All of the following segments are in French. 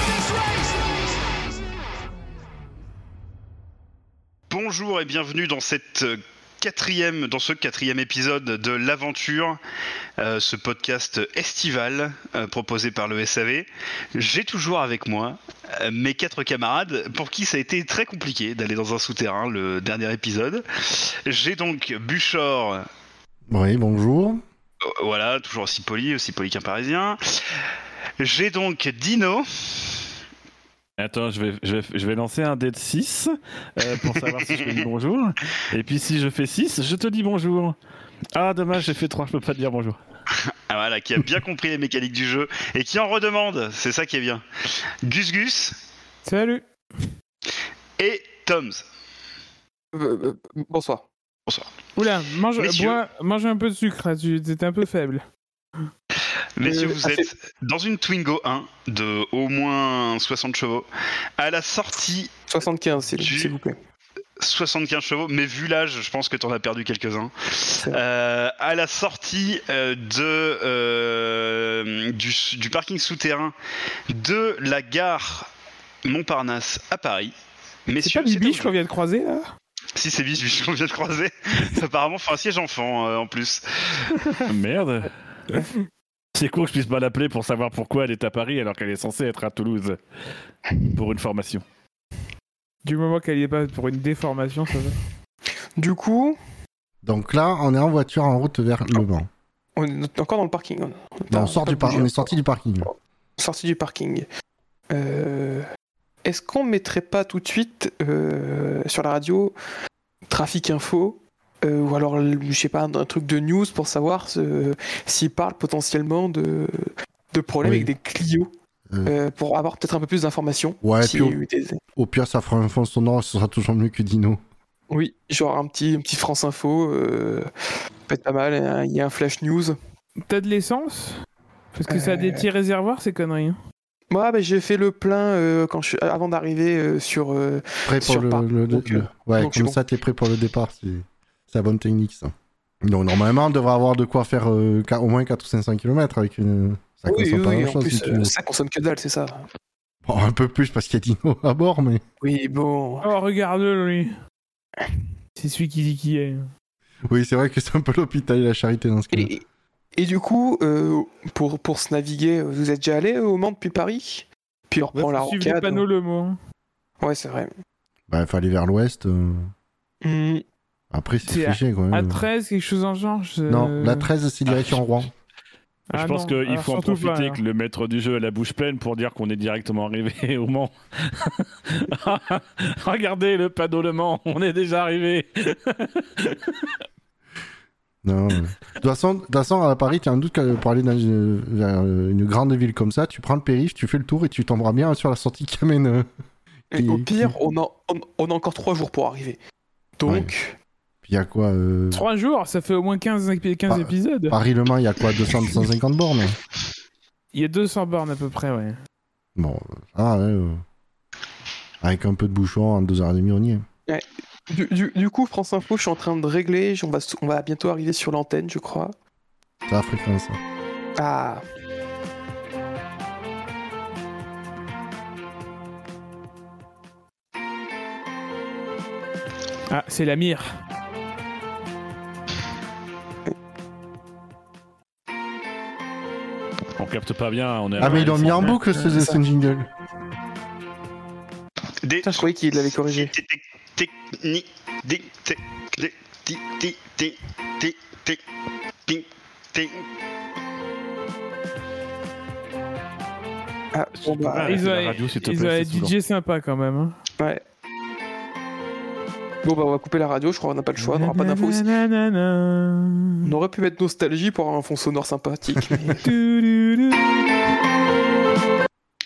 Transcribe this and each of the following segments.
of this race. Bonjour et bienvenue dans cette euh, quatrième, dans ce quatrième épisode de l'aventure, euh, ce podcast estival euh, proposé par le SAV. J'ai toujours avec moi euh, mes quatre camarades pour qui ça a été très compliqué d'aller dans un souterrain le dernier épisode. J'ai donc Buchor, euh, Oui, bonjour. voilà, toujours aussi poli, aussi poli qu'un Parisien. J'ai donc Dino. Attends, je vais, je, vais, je vais lancer un dé de 6 euh, pour savoir si je te dis bonjour. Et puis si je fais 6, je te dis bonjour. Ah, dommage, j'ai fait 3, je peux pas te dire bonjour. Ah, voilà, qui a bien compris les mécaniques du jeu et qui en redemande, c'est ça qui est bien. Gus Gus Salut et Toms. Euh, euh, bonsoir. Oula, mange, Messieurs. bois- mange un peu de sucre, hein, tu t'es un peu faible. Messieurs, Euh, vous assez. êtes dans une Twingo 1 de au moins 60 chevaux, à la sortie 75, s'il Tu- s'il vous plaît. 75 chevaux, mais vu l'âge, je pense que t'en as perdu quelques-uns. C'est vrai. Euh, à la sortie euh, de, euh, du, s- du parking souterrain de la gare Montparnasse à Paris. C'est Messieurs, pas Bibiche un- qu'on vient de croiser là Si c'est Bibiche qu'on vient de croiser, apparemment fait un siège enfant euh, en plus. Merde. C'est cool que je puisse pas l'appeler pour savoir pourquoi elle est à Paris alors qu'elle est censée être à Toulouse pour une formation. Du moment qu'elle y est pas pour une déformation, ça va. Du coup, Donc là, on est en voiture en route vers Le Mans. on est encore dans le parking. On, Non, on Bah, on, sort peut du par- bouger. on est sorti du parking. Sorti du parking. Euh, Est-ce qu'on mettrait pas tout de suite euh, sur la radio Trafic Info euh, ou alors, je sais pas, un, un truc de news pour savoir ce- s'ils parlent potentiellement de, de problèmes Oui. avec des Clio Euh. euh, pour avoir peut-être un peu plus d'informations. Ouais, s'il puis y a eu des- Au pire, ça fera un fond sonore, ce sera toujours mieux que Dino. Oui, genre un petit, un petit France Info, euh, peut-être pas mal. hein, Il y a un flash news. T'as de l'essence Parce que ça a des Euh. petits réservoirs ces conneries. hein. Moi, bah, j'ai fait le plein euh, quand je suis- avant d'arriver euh, sur. euh, Prêt pour Sur le, pas. le- Donc, le- euh, Ouais, donc c'est comme bon. ça, t'es prêt pour le départ. C'est c'est la bonne technique, ça. Donc normalement, on devrait avoir de quoi faire euh, qua- au moins 4 ou 500 km avec une. Ça oui, consomme pas oui, en grand-chose, si plus, tu euh, veux. Ah, ça consomme que dalle, c'est ça. Bon, un peu plus parce qu'il y a Dino à bord, mais. Oui, bon. Oh, regarde-le lui C'est celui qui dit qui est. Oui, c'est vrai que c'est un peu l'hôpital et la charité dans ce cas. Et, et du coup, euh, pour, pour se naviguer, vous êtes déjà allé au Mans depuis Paris Puis on reprend la Suive les rocade. panneaux le mot. hein. Ouais, c'est vrai. Bah, il fallait vers l'ouest. euh, Hmm, Après, c'est C'est figé quand même. À 13, quelque chose en genre. je- Mm. Non, euh, la 13, c'est direction Rouen. Ah je pense non, qu'il alors faut en surtout pas, profiter alors. que le maître du jeu a la bouche pleine pour dire qu'on est directement arrivé au Mans. Regardez le panneau Le Mans, on est déjà arrivé. Non. ouais. De toute façon, de toute façon, à Paris, t'as un doute que pour aller dans une, vers euh, une grande ville comme ça, tu prends le périph, tu fais le tour et tu tomberas bien sur la sortie qui amène. euh, Et Et- au pire, on a, on, on a encore trois jours pour arriver. Donc, Puis il y a quoi euh, Trois jours, ça fait au moins 15, épi- 15 Pas- épisodes. Paris-Le Mans, il y a quoi 200, 250 bornes Il y a 200 bornes à peu près, ouais. Bon, ah ouais. euh, Avec un peu de bouchon, en 2h30, on y est. du, du- du coup, France Info, je suis en train de régler. On va, s- on va bientôt arriver sur l'antenne, je crois. C'est la fréquence. ça. Ah. Ah, c'est la mire. On capte pas bien, on est Ah, mais ils l'ont mis en boucle boucle, ce, c'est ça. ce jingle. Des Putain, je croyais qu'il l'avait corrigé. techniques. Des tec- des- ti- ti- ti- ti- ti- ti- ti- Ah, bon, bah, Ah, ils la ont, radio, s'il te ils plaît, ont c'est un saoulant. DJ sympa quand même. hein. Bon bah on va couper la radio, je crois qu'on n'a pas le choix, on n'aura pas d'infos. aussi. Nanana. On aurait pu mettre nostalgie pour avoir un fond sonore sympathique. mais- Touloulou.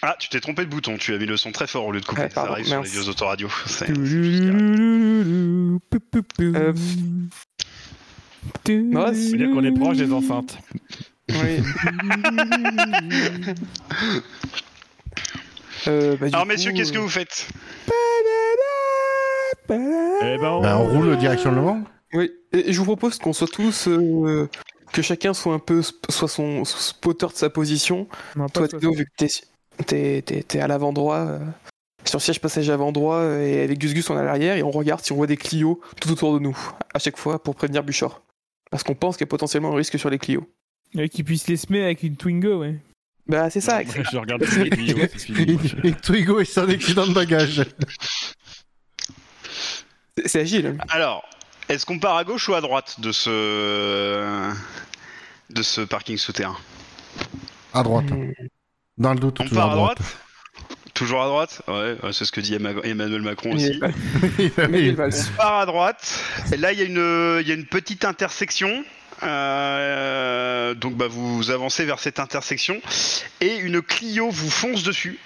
Ah, tu t'es trompé de bouton, tu as mis le son très fort au lieu de couper. Ouais, pardon, ça arrive sur mince. les vieux autoradios. C'est- Euh, ouais, Ça veut dire qu'on est proche des enceintes. Oui. Euh, bah, du Alors, coup, messieurs, qu'est-ce que euh, vous faites Eh ben, on- Bah, on roule direction le vent. euh, Oui, et et je vous propose qu'on soit tous. euh, que chacun soit un peu. sp- soit son son spotter de sa position. Non, Toi, pas toi. Théo, vu que t'es, t'es, t'es- t'es à l'avant-droit, euh, sur le siège passage avant-droit, euh, et avec Gus Gus, on est à l'arrière, et on regarde si on voit des Clio tout autour de nous, à chaque fois, pour prévenir Buchor. Parce qu'on pense qu'il y a potentiellement un risque sur les Clio. Ouais, Qui puisse les semer avec une Twingo, ouais. Bah, c'est ça, Moi, je regarde tous les vidéos, c'est fini. moi, je- Et Twigo est un accident de bagage. c'est, c'est agile. Alors, est-ce qu'on part à gauche ou à droite de ce. de ce parking souterrain À droite. Hmm. Dans le doute, On toujours part à droite. Toujours à droite Ouais, ouais, c'est ce que dit Emma- Emmanuel Macron Mais- aussi. mais- Oui. mais- On part à droite, et là il y, a une- il y a une petite intersection. Euh, donc bah, vous avancez vers cette intersection et une Clio vous fonce dessus,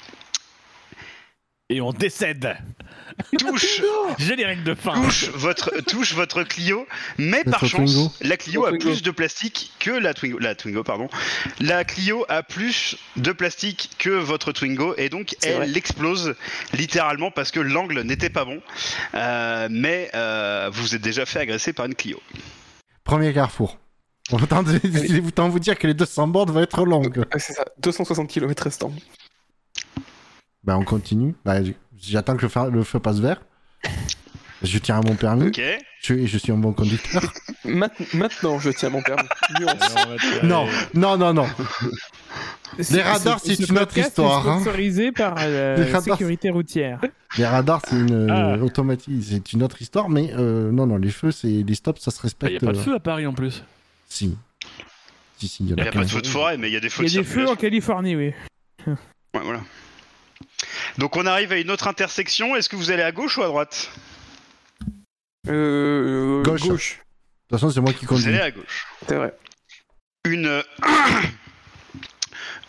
Et on décède. touche, Générique de fin. touche, votre, touche votre Clio, mais Notre par chance, Twingo. la Clio Notre a Twingo. plus de plastique que la Twingo, la Twingo, pardon. La Clio a plus de plastique que votre Twingo et donc C'est elle vrai. explose littéralement parce que l'angle n'était pas bon, Euh, mais euh, vous êtes déjà fait agresser par une Clio. Premier carrefour. On va Autant vous dire que les 200 bornes vont être longues. Ah, c'est ça, 260 km restant. Bah, on continue. Bah, j- J'attends que le fa- le feu passe vert. Je tiens à mon permis. Ok. Je, je suis un bon conducteur. Mate- maintenant, je tiens mon permis. Nuance. Alors, on va tirer- non, non, non, non. C'est- radars, c'est ce une autre podcast histoire, est hein. Sponsorisé par la Les radars, sécurité routière. Les radars, c'est une Ah. euh, automatique, c'est une autre histoire, mais euh, non, non, les feux, c'est les stops, ça se Il n'y Bah, Ah, a respecte. pas de euh, feu à Paris en plus. Si, si, si, il y en Il a, n'y a qu'un. pas de feu de forêt, mais il y a des feux Il de y a des feux en circulation. Californie, oui. Ouais, voilà. Donc on arrive à une autre intersection. Est-ce que vous allez à gauche ou à droite Euh, euh, Gauche. gauche. De toute façon, c'est moi qui Vous allez conduis. à gauche. c'est vrai. Une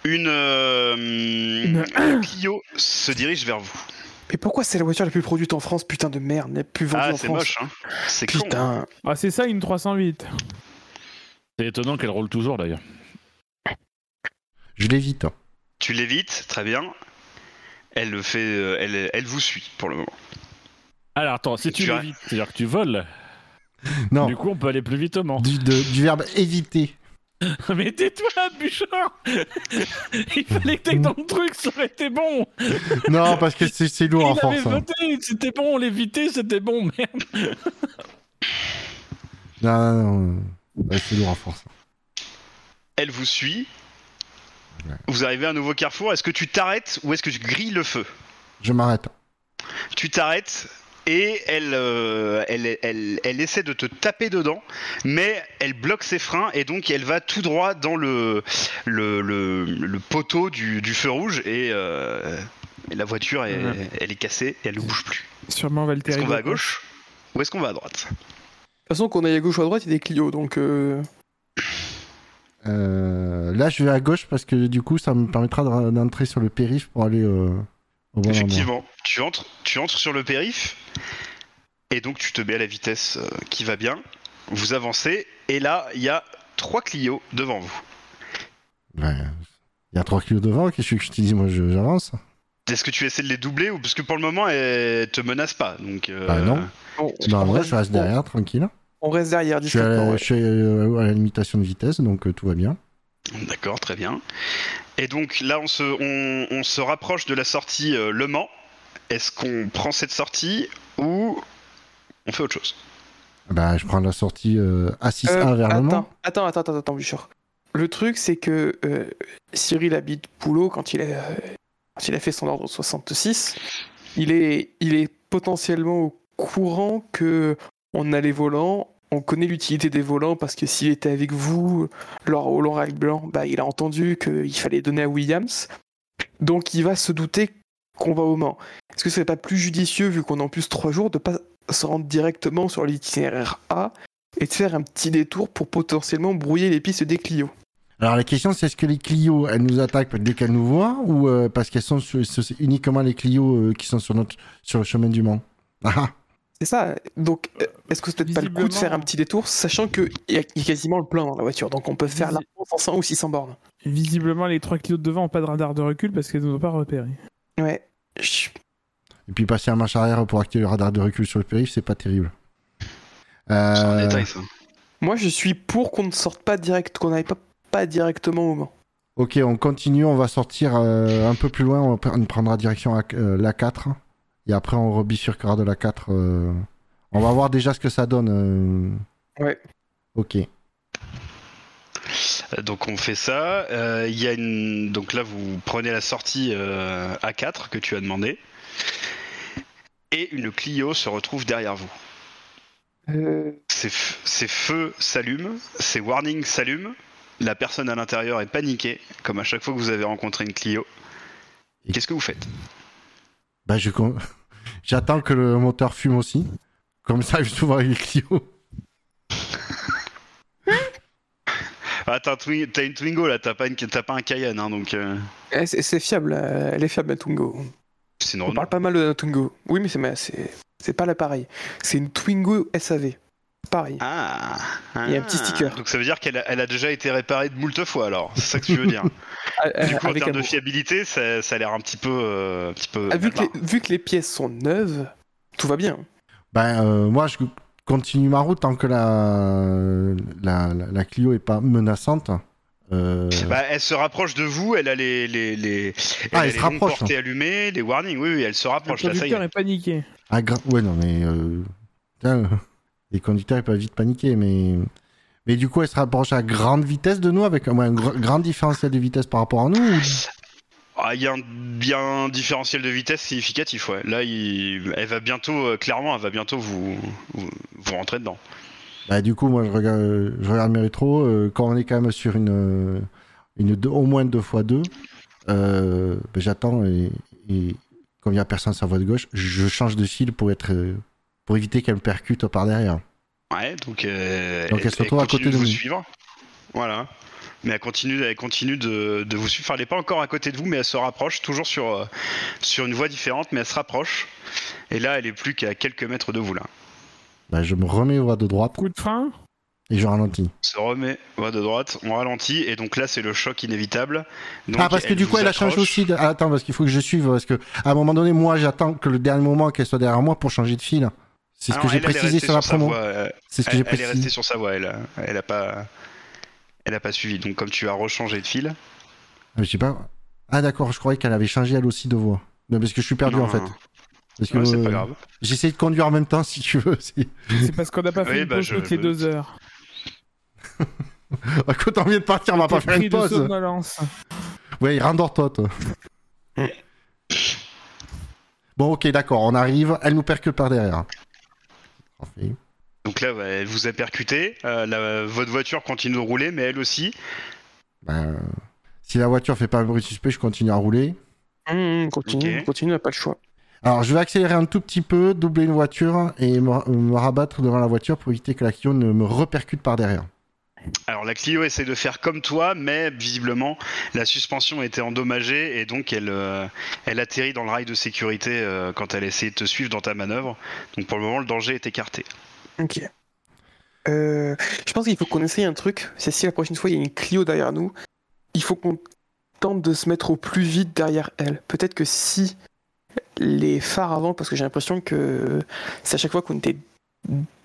une euh, Clio se dirige vers vous. Mais pourquoi c'est la voiture la plus produite en France, putain de merde, la plus vendue Ah, en c'est France moche. Hein. C'est con. Putain. Ah, c'est ça une 308. C'est étonnant qu'elle roule toujours d'ailleurs. Je l'évite. Tu l'évites, très bien. Elle le fait, euh, elle, elle vous suit pour le moment. Alors attends, si tu Tu as- l'évites, c'est-à-dire que tu voles, Non, du du, coup on peut aller plus vite au Mans. de- du verbe éviter. Mais tais-toi, Bouchard Il fallait que t'aies ton truc, ça aurait été bon non, parce que c'est c'est lourd en Il avait force. hein. voté, c'était bon, on l'évitait, c'était bon, merde Non, non, non. Ouais, c'est lourd en force. Elle vous suit. Ouais. Vous arrivez à un nouveau carrefour. Est-ce que tu t'arrêtes ou est-ce que tu grilles le feu Je m'arrête. tu t'arrêtes et elle, euh, elle, elle- elle essaie de te taper dedans, mais elle bloque ses freins et donc elle va tout droit dans le, le, le- le poteau du, du feu rouge et, euh, et la voiture est, Ouais. elle est cassée et elle ne bouge plus. Sûrement Valtteri. Est-ce qu'on va à gauche ou est-ce qu'on va à droite De toute façon, qu'on aille à gauche ou à droite, il y a des Clio, donc. euh, Euh, là, je vais à gauche parce que du coup, ça me permettra de- d'entrer sur le périph pour aller euh, au bon endroit. Effectivement, tu entres, tu entres sur le périph et donc tu te mets à la vitesse euh, qui va bien. Vous avancez et là il y a trois Clio devant vous. Ouais. Il y a 3 kilos devant, qu'est-ce que je te dis Moi, je- j'avance. Est-ce que tu essaies de les doubler ou parce que pour le moment elle te menace pas donc euh, Bah non. on- Non, on moi, reste- je reste derrière, tranquille. On reste derrière, Je suis, à, discrètement. la- ouais. je suis, euh, à la limitation de vitesse, donc euh, tout va bien. D'accord, très bien. Et donc là on se on, on se rapproche de la sortie euh, Le Mans. Est-ce qu'on prend cette sortie ou on fait autre chose Bah, je prends la sortie euh, A6A Euh, vers le Mans. attends, attends, attends, attends, attends, Bouchard. Le truc, c'est que euh, Cyril habite Poulot quand il, a, quand il a fait son ordre 66. Il est, il est potentiellement au courant que on a les volants, on connaît l'utilité des volants parce que s'il était avec vous lors au long rail blanc, bah, il a entendu qu'il fallait donner à Williams. Donc il va se douter qu'on va au Mans. Est-ce que ce serait pas plus judicieux, vu qu'on a en plus trois jours, de pas se rendre directement sur l'itinéraire A et de faire un petit détour pour potentiellement brouiller les pistes des Clio. Alors la question c'est est-ce que les Clio, elles nous attaquent dès qu'elles nous voient ou euh, parce qu'elles sont sur- sur- c'est uniquement les Clio euh, qui sont sur notre sur le chemin du Mans Ah, C'est ça. Donc, euh, est-ce que c'est peut-être pas le coup de visiblement- faire un petit détour, sachant qu'il y, a- il y a quasiment le plein dans la voiture, donc on peut faire Visi- largement 500 ou 600 bornes. Visiblement, les trois kilos de devant n'ont pas de radar de recul parce qu'elles ne ont pas repéré. Ouais. Chut. Et puis passer en marche arrière pour activer le radar de recul sur le périph', c'est pas terrible. Euh, C'est un détail, ça. Moi, je suis pour qu'on ne sorte pas direct, qu'on n'aille pas, pas directement au Mans. ok, on continue, on va sortir euh, un peu plus loin, on, pr- on prendra direction à- euh, la 4 et après on rebifurquera de la 4. euh, On va voir déjà ce que ça donne. euh. Ouais. Ok. Euh, Donc on fait ça. Euh, Il y a une... Donc là, vous prenez la sortie euh, A4 que tu as demandé. Et une Clio se retrouve derrière vous. Euh, Ses, f- ses feux s'allument, ses warnings s'allument. La personne à l'intérieur est paniquée, comme à chaque fois que vous avez rencontré une Clio. Qu'est-ce que vous faites Bah, je con- j'attends que le moteur fume aussi, comme ça arrive souvent avec les Clio. Ah, t'as un Twing- t'as une Twingo là, t'as pas, une... t'as pas un Cayenne, hein, donc euh, elle- Eh, c'est c'est fiable, euh, elle est fiable, la Twingo. c'est une On Renault. parle pas mal de la Twingo. Oui, mais c'est- mais c'est c'est pas l'appareil. C'est une Twingo SAV. Pareil. Ah, Il y a un petit ah. sticker. Donc ça veut dire qu'elle a, elle a déjà été réparée de moult fois alors. C'est ça que tu veux dire. Ah, du ah, coup, en avec termes de amour. fiabilité, ça, ça a l'air un petit peu. euh, un petit peu Ah, vu, que malbar. les, vu que les pièces sont neuves, tout va bien. Ben, euh, moi, je continue ma route tant que la, la, la, la Clio est pas menaçante. Euh, Bah, elle se rapproche de vous, elle a les, les, les, Ah, a elle les se longues rapproche. portées allumées, les warnings, oui, oui, elle se Le rapproche, là, ça y conducteur est. est paniqué. ah, gra- Ouais, non, mais. euh, putain, les conducteurs, ils peuvent vite paniquer, mais. Mais du coup, elle se rapproche à grande vitesse de nous, avec un, un gr- grand différentiel de vitesse par rapport à nous. ou- Ah, Il y, a un- il y a un différentiel de vitesse significatif, ouais. Là, il- elle va bientôt, euh, clairement, elle va bientôt vous, vous, vous rentrer dedans. Bah, du coup, moi, je regarde, je regarde mes rétros. euh, quand on est quand même sur une, euh, une deux- au moins deux fois deux, euh, bah, j'attends et, et comme il n'y a personne sur la voie de gauche, je change de cible pour être euh, pour éviter qu'elle me percute par derrière. Ouais, donc, euh, Donc, elle se retrouve à continue côté de vous nous. suivre. Voilà. Mais elle continue, elle continue de, de vous suivre. Enfin, elle n'est pas encore à côté de vous, mais elle se rapproche, toujours sur, euh, sur une voie différente, mais elle se rapproche. Et là, elle est plus qu'à quelques mètres de vous, là. Bah, je me remets aux voies de droite Coup de frein et je ralentis. se remet voie de droite, on ralentit et donc là c'est le choc inévitable. Donc, ah, parce que du coup, vous elle a changé accroche. aussi. de- Ah, attends, parce qu'il faut que je suive. Parce que à un moment donné, moi, j'attends que le dernier moment qu'elle soit derrière moi pour changer de fil. C'est ce Ah que non, j'ai elle, elle est précisé restée sur la sa promo. voie, euh, C'est ce que Elle, j'ai elle est restée précisé. sur sa voie, elle, euh, elle a pas, elle a pas suivi. Donc comme tu as rechangé de fil, Ah, mais je sais pas. Ah, d'accord, je croyais qu'elle avait changé elle aussi de voie. Non, parce que je suis perdu Non, en fait. non, Parce que non, c'est euh, pas grave. J'essaie de conduire en même temps si tu veux. si- C'est parce qu'on n'a pas fait Oui, une bah, pause je- toutes les je- deux heures. Quand on vient de partir, on va pas T'es faire pris une de pause. somnolence. Ouais, rendors-toi, toi. bon, ok, d'accord, on arrive. Elle nous percute par derrière. Parfait. Donc là ouais, elle vous a percuté, euh, la- votre voiture continue de rouler, mais elle aussi. Ben, si la voiture fait pas un bruit suspect, je continue à rouler. Hum, hum, continue, Ok. continue, pas le choix. Alors, je vais accélérer un tout petit peu, doubler une voiture et me, me rabattre devant la voiture pour éviter que la Clio ne me repercute par derrière. Alors la Clio essaie de faire comme toi, mais visiblement la suspension était endommagée et donc elle, euh, elle atterrit dans le rail de sécurité euh, quand elle essaie de te suivre dans ta manœuvre. Donc pour le moment le danger est écarté. Ok. Euh, je pense qu'il faut qu'on essaye un truc. C'est si la prochaine fois il y a une Clio derrière nous, il faut qu'on tente de se mettre au plus vite derrière elle. Peut-être que si les phares avant, parce que j'ai l'impression que c'est à chaque fois qu'on était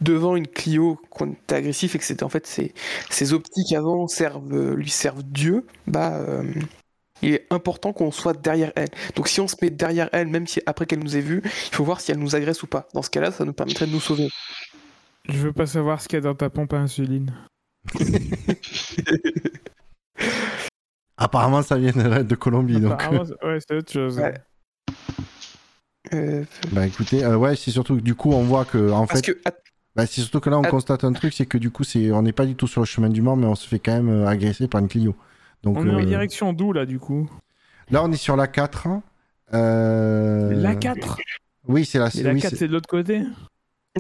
devant une Clio, qu'on était agressif et que c'était en fait ses, ses optiques avant servent, lui servent Dieu, bah euh, il est important qu'on soit derrière elle. Donc si on se met derrière elle, même si après qu'elle nous ait vus, il faut voir si elle nous agresse ou pas. Dans ce cas-là, ça nous permettrait de nous sauver. Je veux pas savoir ce qu'il y a dans ta pompe à insuline. Apparemment, ça vient de, de Colombie, donc. Apparemment, c'est- ouais, c'est autre chose. Ouais. Euh, Bah écoutez, euh, ouais, c'est surtout que du coup, on voit que en parce fait, que att- Bah, c'est surtout que là, on Euh, Ah. constate un truc, c'est que du coup, c'est on n'est pas du tout sur le chemin du Mans, mais on se fait quand même euh, agresser par une Clio. Donc On est en euh, direction d'où là du coup là, on est sur la 4. hein. Euh, La 4 Oui, c'est la, Mais la oui, 4 c'est- c'est de l'autre côté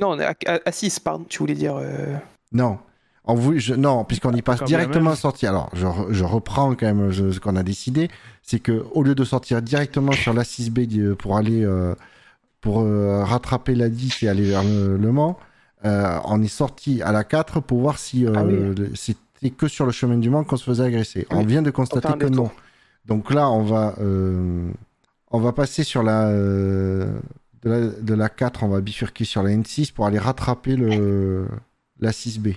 non, on est à, à- à 6, pardon, tu voulais dire. euh, Non. En vous, je- non, puisqu'on y passe Quand bien directement même. sorti. Alors, je, re- je reprends quand même ce ce qu'on a décidé, c'est que au lieu de sortir directement sur la 6B di- pour aller euh, pour euh, rattraper la 10 et aller vers le, le Mans, euh, on est sorti à la 4 pour voir si euh, Ah oui. le- c'était que sur le chemin du Mans qu'on se faisait agresser. Oui. On vient de Faut faire constater un que détour. non. Donc là, on va euh, on va passer sur la euh, de la, de la 4, on va bifurquer sur la N6 pour aller rattraper le, la 6B.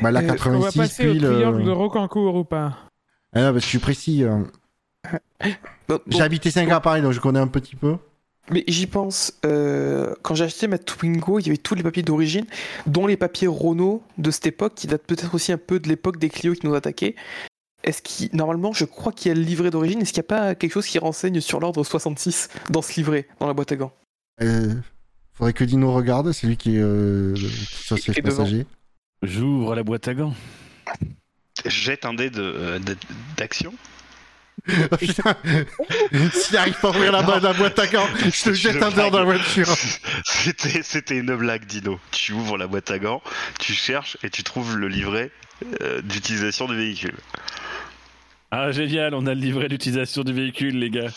Bah, la Euh, On va 86, passer au puis le... triangle de Rocancourt ou pas Ah, non, parce que je suis précis. euh, Bon, bon, J'ai habité 5 ans à Paris, donc je connais un petit peu. mais j'y pense, euh, quand j'ai acheté ma Twingo, il y avait tous les papiers d'origine, dont les papiers Renault de cette époque, qui datent peut-être aussi un peu de l'époque des Clio qui nous attaquaient. Est-ce qu'il, normalement, je crois qu'il y a le livret d'origine, est-ce qu'il n'y a pas quelque chose qui renseigne sur l'ordre 66 dans ce livret, dans la boîte à gants Euh, faudrait que Dino regarde, c'est lui qui est euh, le- sur le siège Et devant. passager. J'ouvre la boîte à gants. Jette un dé de, euh, d- d'action. Oh, putain. S'il arrive pas à ouvrir la, bo- la boîte à gants, je te Je jette un dehors blague. dans la voiture. C'était, c'était une blague, Dino. Tu ouvres la boîte à gants, tu cherches et tu trouves le livret euh, d'utilisation du véhicule. Ah, génial, on a le livret d'utilisation du véhicule, les gars.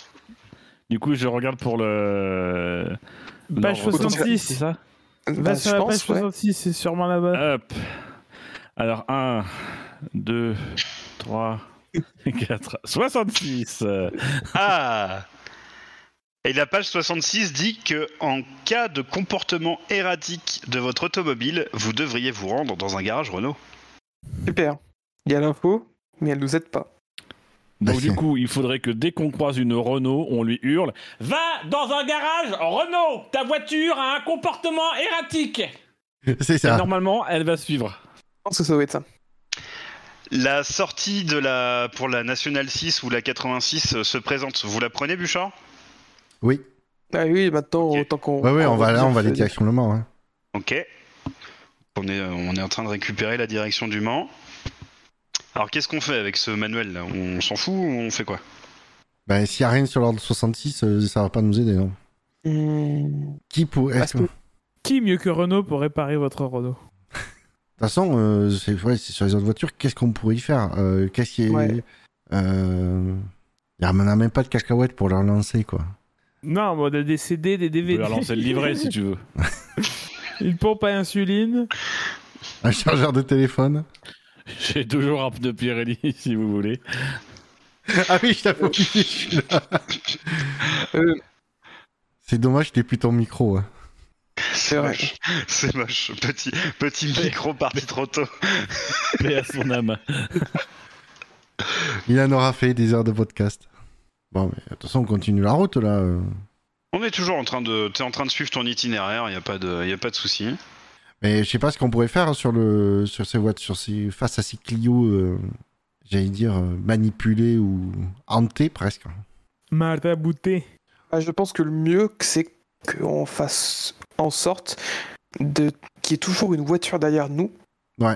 Du coup, je regarde pour le. Page l'ordre 66. c'est ça Va Bah, sur Je la page pense, ouais. 66, c'est sûrement là-bas. Hop. Alors, 1, 2, 3, 4, 66. euh, Ah Et la page 66 dit que en cas de comportement erratique de votre automobile, vous devriez vous rendre dans un garage Renault. Super. Il y a l'info, mais elle nous aide pas. Donc, Bah, du c'est- coup, il faudrait que dès qu'on croise une Renault, on lui hurle Va dans un garage Renault Ta voiture a un comportement erratique C'est Et ça. Normalement, elle va suivre. Je pense que ça doit être ça. La sortie de la pour la nationale 6 ou la 86 euh, se présente. Vous la prenez, Bouchard Oui, Ah oui, maintenant, Ok. autant qu'on. ouais, ouais, on va là, on va aller les direction le Mans. hein. Ok. On est, euh, on est en train de récupérer la direction du Mans. Alors qu'est-ce qu'on fait avec ce manuel là On s'en fout ou on fait quoi Ben, S'il n'y a rien sur l'ordre 66, euh, ça va pas nous aider, non Qui pour... Parce est-ce que- que- De toute Qui mieux que Renault pour réparer votre Renault façon, euh, c'est ouais, c'est sur les autres voitures, qu'est-ce qu'on pourrait y faire Euh, Qu'est-ce qui est... Ouais. Euh, y a- On n'a même pas de cacahuètes pour leur lancer, quoi. Non, mais on a des CD, des Tu peux DVD. leur lancer le livret si tu veux. Une pompe à insuline. Un chargeur de téléphone. J'ai toujours un pneu Pirelli si vous voulez. Ah oui, je t'avais oublié, celui-là. Euh. C'est dommage, t'es plus ton micro. hein. C'est vrai. moche. C'est moche. Petit, petit micro parti trop tôt. Paix à son âme. Il en aura fait des heures de podcast. Bon, mais de toute façon, on continue la route, là. euh. On est toujours en train de, t'es en train de suivre ton itinéraire. Il y a pas de, y a pas de souci. Mais je sais pas ce qu'on pourrait faire sur, le, sur ces voitures, sur ces, face à ces Clio, euh, j'allais dire, euh, manipulés ou hantés, presque. hein. Martha Bouté. Bah, je pense que le mieux, que c'est qu'on fasse en sorte de qu'il y ait toujours une voiture derrière nous. Ouais.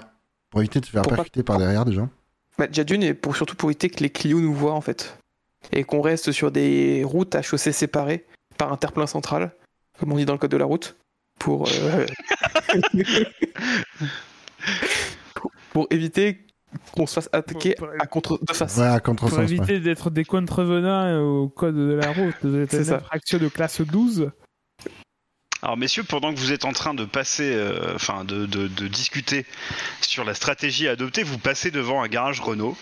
Pour éviter de se faire Pour pas- percuter par derrière, déjà. Bah, déjà d'une, et pour, surtout pour éviter que les Clio nous voient, en fait. Et qu'on reste sur des routes à chaussées séparées par un terre-plein central, comme on dit dans le code de la route, pour... euh, pour éviter qu'on se fasse attaquer Pour- pour- à contre de face. Ouais, à contresens. Pour ouais. éviter d'être des contrevenants euh, au code de la route. Vous êtes C'est une ça. infraction de classe 12. Alors messieurs, pendant que vous êtes en train de passer, euh, enfin de, de- de discuter sur la stratégie à adopter, vous passez devant un garage Renault.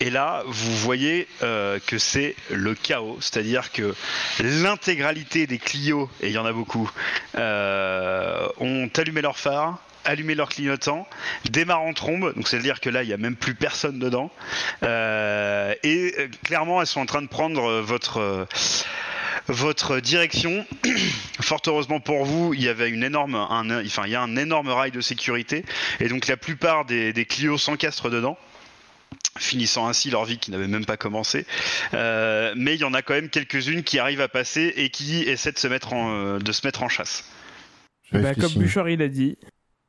Et là, vous voyez euh, que c'est le chaos, c'est-à-dire que l'intégralité des Clio, et il y en a beaucoup, euh, ont allumé leurs phares, allumé leurs clignotants, démarrent en trombe, donc c'est-à-dire que là, il n'y a même plus personne dedans. Euh, et euh, clairement, elles sont en train de prendre euh, votre, euh, votre direction. Fort heureusement pour vous, il y avait une énorme, un, enfin, il y a un énorme rail de sécurité, et donc la plupart des, des Clio s'encastrent dedans, finissant ainsi leur vie qui n'avait même pas commencé. Euh, mais il y en a quand même quelques-unes qui arrivent à passer et qui essaient de se mettre en, euh, de se mettre en chasse. Je Bah, comme réfléchis. Bouchard, il a dit.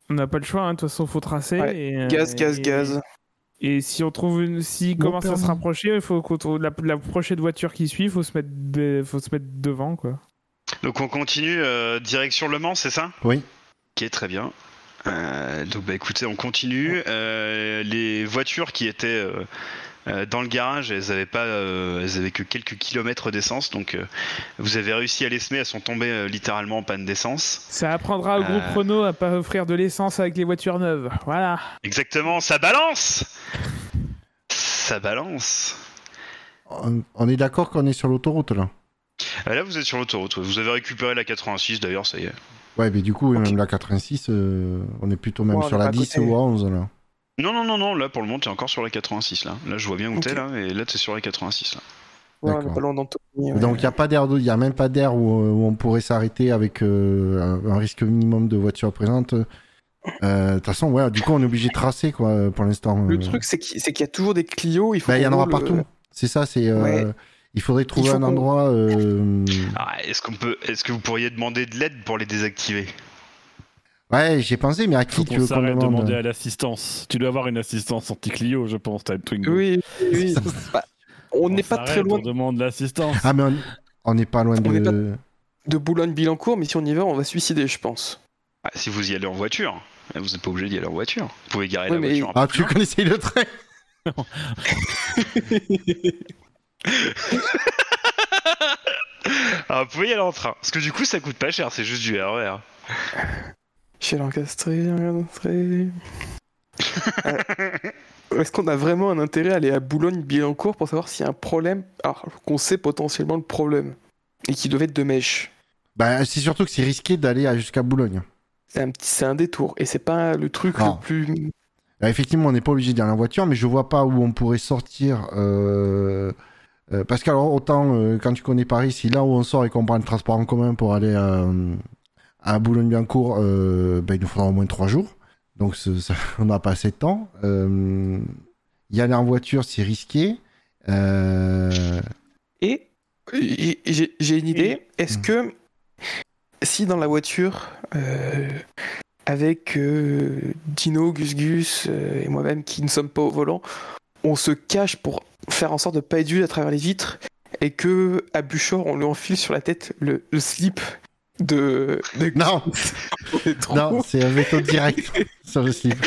On n'a pas le choix, hein, de toute façon, faut tracer. Ouais. et, euh, Gaz, gaz, et- gaz. Et si on trouve une, si Bon commence à se permis. rapprocher, il faut qu'on trouve la, la prochaine voiture qui suit, faut se mettre, de- faut se mettre devant quoi. Donc on continue euh, direction Le Mans, c'est ça Oui. Qui est très bien. Euh, donc bah écoutez, on continue. Euh, les voitures qui étaient euh, euh, dans le garage, elles avaient pas, euh, elles avaient que quelques kilomètres d'essence, donc euh, vous avez réussi à les semer. Elles sont tombées euh, littéralement en panne d'essence. Ça apprendra au Ah. groupe Euh. Renault à pas offrir de l'essence avec les voitures neuves. Voilà. Exactement, ça balance. Ça balance. On, on est d'accord qu'on est sur l'autoroute là Ah, Là, vous êtes sur l'autoroute. ouais. Vous avez récupéré la 86 d'ailleurs, ça y est. Ouais, mais du coup, Ok. même la 86, euh, on est plutôt même Ouais, on sur est la pas à 10 côté. ou à 11 là. Non, non, non, non. Là, pour le moment, t'es encore sur la 86. Là, là, je vois bien où Ok. t'es là, et là, t'es sur la 86. Là. Ouais, on D'accord. est pas loin d'Anthony. ouais. Donc il n'y a pas d'air, de- il y a même pas d'air où, euh, où on pourrait s'arrêter avec euh, un- un risque minimum de voiture présente. Euh, De toute façon, ouais, du coup, on est obligé de tracer quoi pour l'instant. Le Euh, truc, c'est qu'il c'est qu'il y a toujours des Clio. Il faut bah, il y en qu'on aura roule, partout. euh, C'est ça, c'est. euh, Ouais. Il faudrait trouver faut un qu'on- endroit. euh, Ah, est-ce qu'on peut, est-ce que vous pourriez demander de l'aide pour les désactiver Ouais, j'ai pensé, mais à qui Faut tu qu'on veux qu'on s'arrête de demande demander à l'assistance. Tu dois avoir une assistance anti-Clio, je pense, t'as le Twingo. Oui, oui, oui. Bah, on n'est pas s'arrête, très loin On demande l'assistance. Ah, mais on- on n'est pas loin On est pas- de. de Boulogne-Billancourt, mais si on y va, on va se suicider, je pense. Ah, Si vous y allez en voiture, eh, vous n'êtes pas obligé d'y aller en voiture. Vous pouvez garer Oui, la mais- voiture. un peu Ah, plus tu loin. connaissais le train Ah, vous pouvez y aller en train. Parce que du coup, ça coûte pas cher, c'est juste du E RER. Chez l'encastré, l'encastré. Euh, Est-ce qu'on a vraiment un intérêt à aller à Boulogne-Billancourt pour savoir s'il y a un problème Alors qu'on sait potentiellement le problème et qui devait être de mèche. Bah, c'est surtout que c'est risqué d'aller à- jusqu'à Boulogne. C'est un petit, c'est un détour et c'est pas le truc Non. le plus. Là, Bah, effectivement, on n'est pas obligé d'aller en voiture, mais je vois pas où on pourrait sortir. euh, euh, parce qu'alors, autant euh, quand tu connais Paris, si là où on sort et qu'on prend le transport en commun pour aller à, à Boulogne-Biancourt, euh, ben, il nous faudra au moins trois jours. Donc ce- ça- on n'a pas assez de temps. Euh, y aller en voiture, c'est risqué. Euh, Et j'ai- j'ai j'ai une idée. Est-ce Mm. que si dans la voiture, euh, avec euh, Dino, Gus Gus euh, et moi-même qui ne sommes pas au volant, on se cache pour faire en sorte de pas être vu à travers les vitres et que à Buchor on lui enfile sur la tête le, le slip de, de Gus Non. Gus dans les trous. non, c'est un veto direct sur le slip.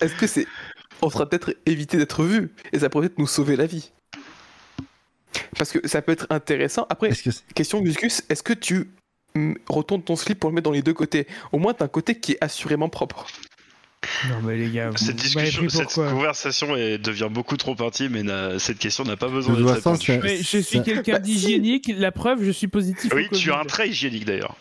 Est-ce que c'est. On sera peut-être évité d'être vu et ça pourrait peut-être nous sauver la vie. Parce que ça peut être intéressant. Après, Est-ce que c'est- Question Gusgus, est-ce que tu mm, retournes ton slip pour le mettre dans les deux côtés Au moins, t'as un côté qui est assurément propre. Non, mais les gars, Cette, discussion, cette conversation elle devient beaucoup trop intime et n'a- cette question n'a pas besoin De toute d'être façon, répondue. c'est- Mais je ça- suis quelqu'un Bah, d'hygiénique, la preuve, je suis positif. au Oui, tu as Covid. un trait hygiénique d'ailleurs.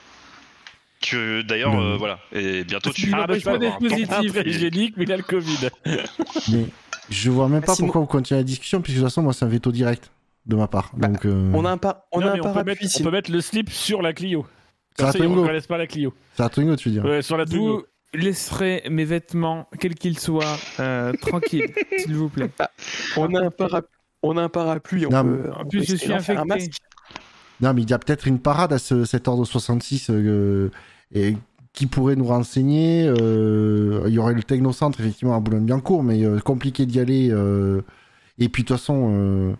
Tu, d'ailleurs, Non. euh, voilà. Et bientôt, Parce tu. qu'il Ah, bah, empêche je peux pas avoir d'être avoir un positif. temps. un trait hygiénique, mais il a le Covid. Mais je vois même pas Sinon- pourquoi on continue la discussion, puisque de toute façon, moi, c'est un veto direct de ma part. Bah, Donc, euh, On a un, par... on Non, a mais on un peut, mettre, parapluie on ici. peut mettre le slip sur la Clio. c'est Comme à ça, ils Twingo. reconnaissent pas la Clio. C'est à Twingo, tu veux dire. Ouais, sur la Vous Twingo. laisserez mes vêtements, quels qu'ils soient, euh, tranquilles, s'il vous plaît. On a un parapluie. On a un parapluie, on Non, peut. En on plus, peut je essayer suis d'en faire un infecté. masque. Non, mais il y a peut-être une parade à ce- cet ordre 66 euh, et qui pourrait nous renseigner. euh, il y aurait le Technocentre, effectivement, à Boulogne-Biancourt, mais euh, compliqué d'y aller. euh, et puis, de toute façon, euh,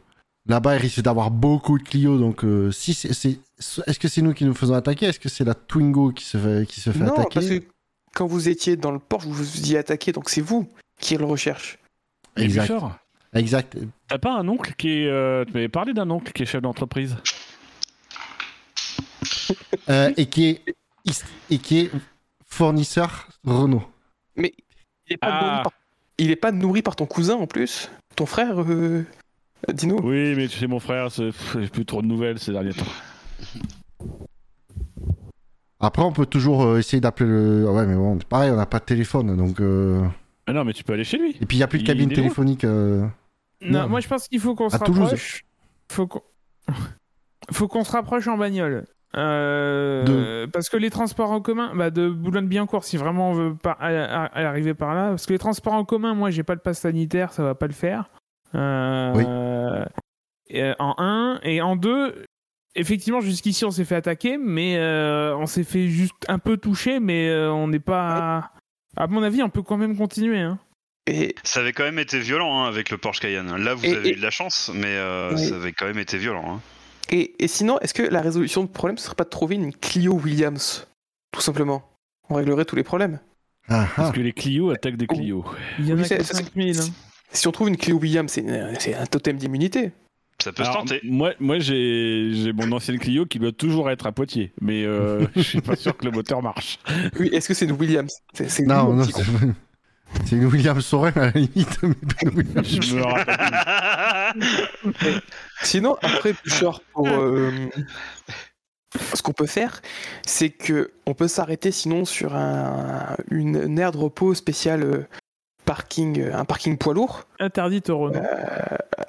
là-bas, il risque d'avoir beaucoup de Clio. Donc, euh, si c'est, c'est- est-ce que c'est nous qui nous faisons attaquer Est-ce que c'est la Twingo qui se fait, qui se fait Non, attaquer parce que quand vous étiez dans le port, vous vous y attaquez, donc c'est vous qui le recherche. Et Exact. Bouchard, Exact. T'as pas un oncle qui est. euh, tu m'avais parlé d'un oncle qui est chef d'entreprise. Euh, et, qui est, et qui est fournisseur Renault. Mais il est pas, Ah. nourri, par... il est pas nourri par ton cousin en plus Ton frère, euh, Dino Oui, mais tu sais, mon frère, c'est- pff, j'ai plus trop de nouvelles ces derniers temps. Après, on peut toujours euh, essayer d'appeler le. Ouais, mais bon, c'est pareil, on n'a pas de téléphone, donc. euh, Ah non, mais tu peux aller chez lui. Et puis, il n'y a plus de Il cabine est loin. téléphonique. euh, Non, Non. moi je pense qu'il faut qu'on se À Toulouse. rapproche. Faut qu'on faut qu'on se rapproche en bagnole. Euh, Parce que les transports en commun, bah de Boulogne-Billancourt, si vraiment on veut pas à- à- à arriver par là, parce que les transports en commun, moi j'ai pas le pass sanitaire, ça va pas le faire. Euh, euh, en un et en deux, effectivement jusqu'ici on s'est fait attaquer, mais euh, on s'est fait juste un peu toucher, mais euh, on n'est pas. À mon avis, on peut quand même continuer. Hein. Et Ça avait quand même été violent hein, avec le Porsche Cayenne. Là, vous Et- avez et- eu de la chance, mais euh, Oui. ça avait quand même été violent. hein. Et, et sinon, est-ce que la résolution de problème, ce serait pas de trouver une Clio Williams Tout simplement. On réglerait tous les problèmes. Ah, Parce ah. que les Clio attaquent des Clio. Il y en Oui, a c'est- que ça, c'est- 5000. hein. Si on trouve une Clio Williams, c'est une- c'est un totem d'immunité. Ça peut Alors, se tenter. Moi, moi j'ai j'ai mon ancienne Clio qui doit toujours être à Poitiers, mais euh, je suis pas sûr que le moteur marche. Oui, est-ce que c'est une Williams C'est- c'est Non, une non, petite- c'est c'est une William Sorin à la limite. mais pas une Williams. Je me rappelle. Sinon, après, Boucher, pour. euh, ce qu'on peut faire, c'est que on peut s'arrêter sinon sur un, une, une aire de repos spéciale euh, parking, euh, un parking poids lourd, Interdite au Renault.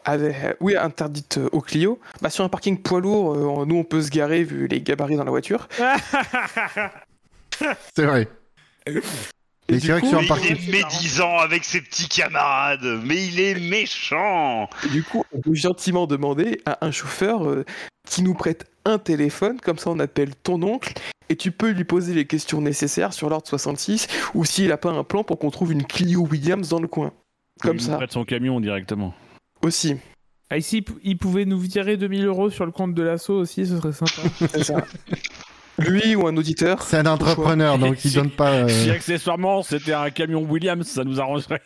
avec, euh, oui, interdite euh, au Clio. Bah, sur un parking poids lourd, euh, nous on peut se garer vu les gabarits dans la voiture. C'est vrai. Et Mais du c'est vrai que coup, sur un Mais il parking. est médisant avec ses petits camarades, mais il est méchant. Du coup, on peut gentiment demander à un chauffeur euh, qui nous prête un téléphone, comme ça on appelle ton oncle, et tu peux lui poser les questions nécessaires sur l'ordre 66, ou s'il a pas un plan pour qu'on trouve une Clio Williams dans le coin. Comme Il ça, prête son camion directement. aussi. Ah, ici, il pou- il pouvait nous virer 2000 euros sur le compte de l'assaut aussi, ce serait sympa. C'est ça. Lui ou un auditeur. C'est un entrepreneur, donc il Si- donne pas. euh, Si accessoirement c'était un camion Williams, ça nous arrangerait.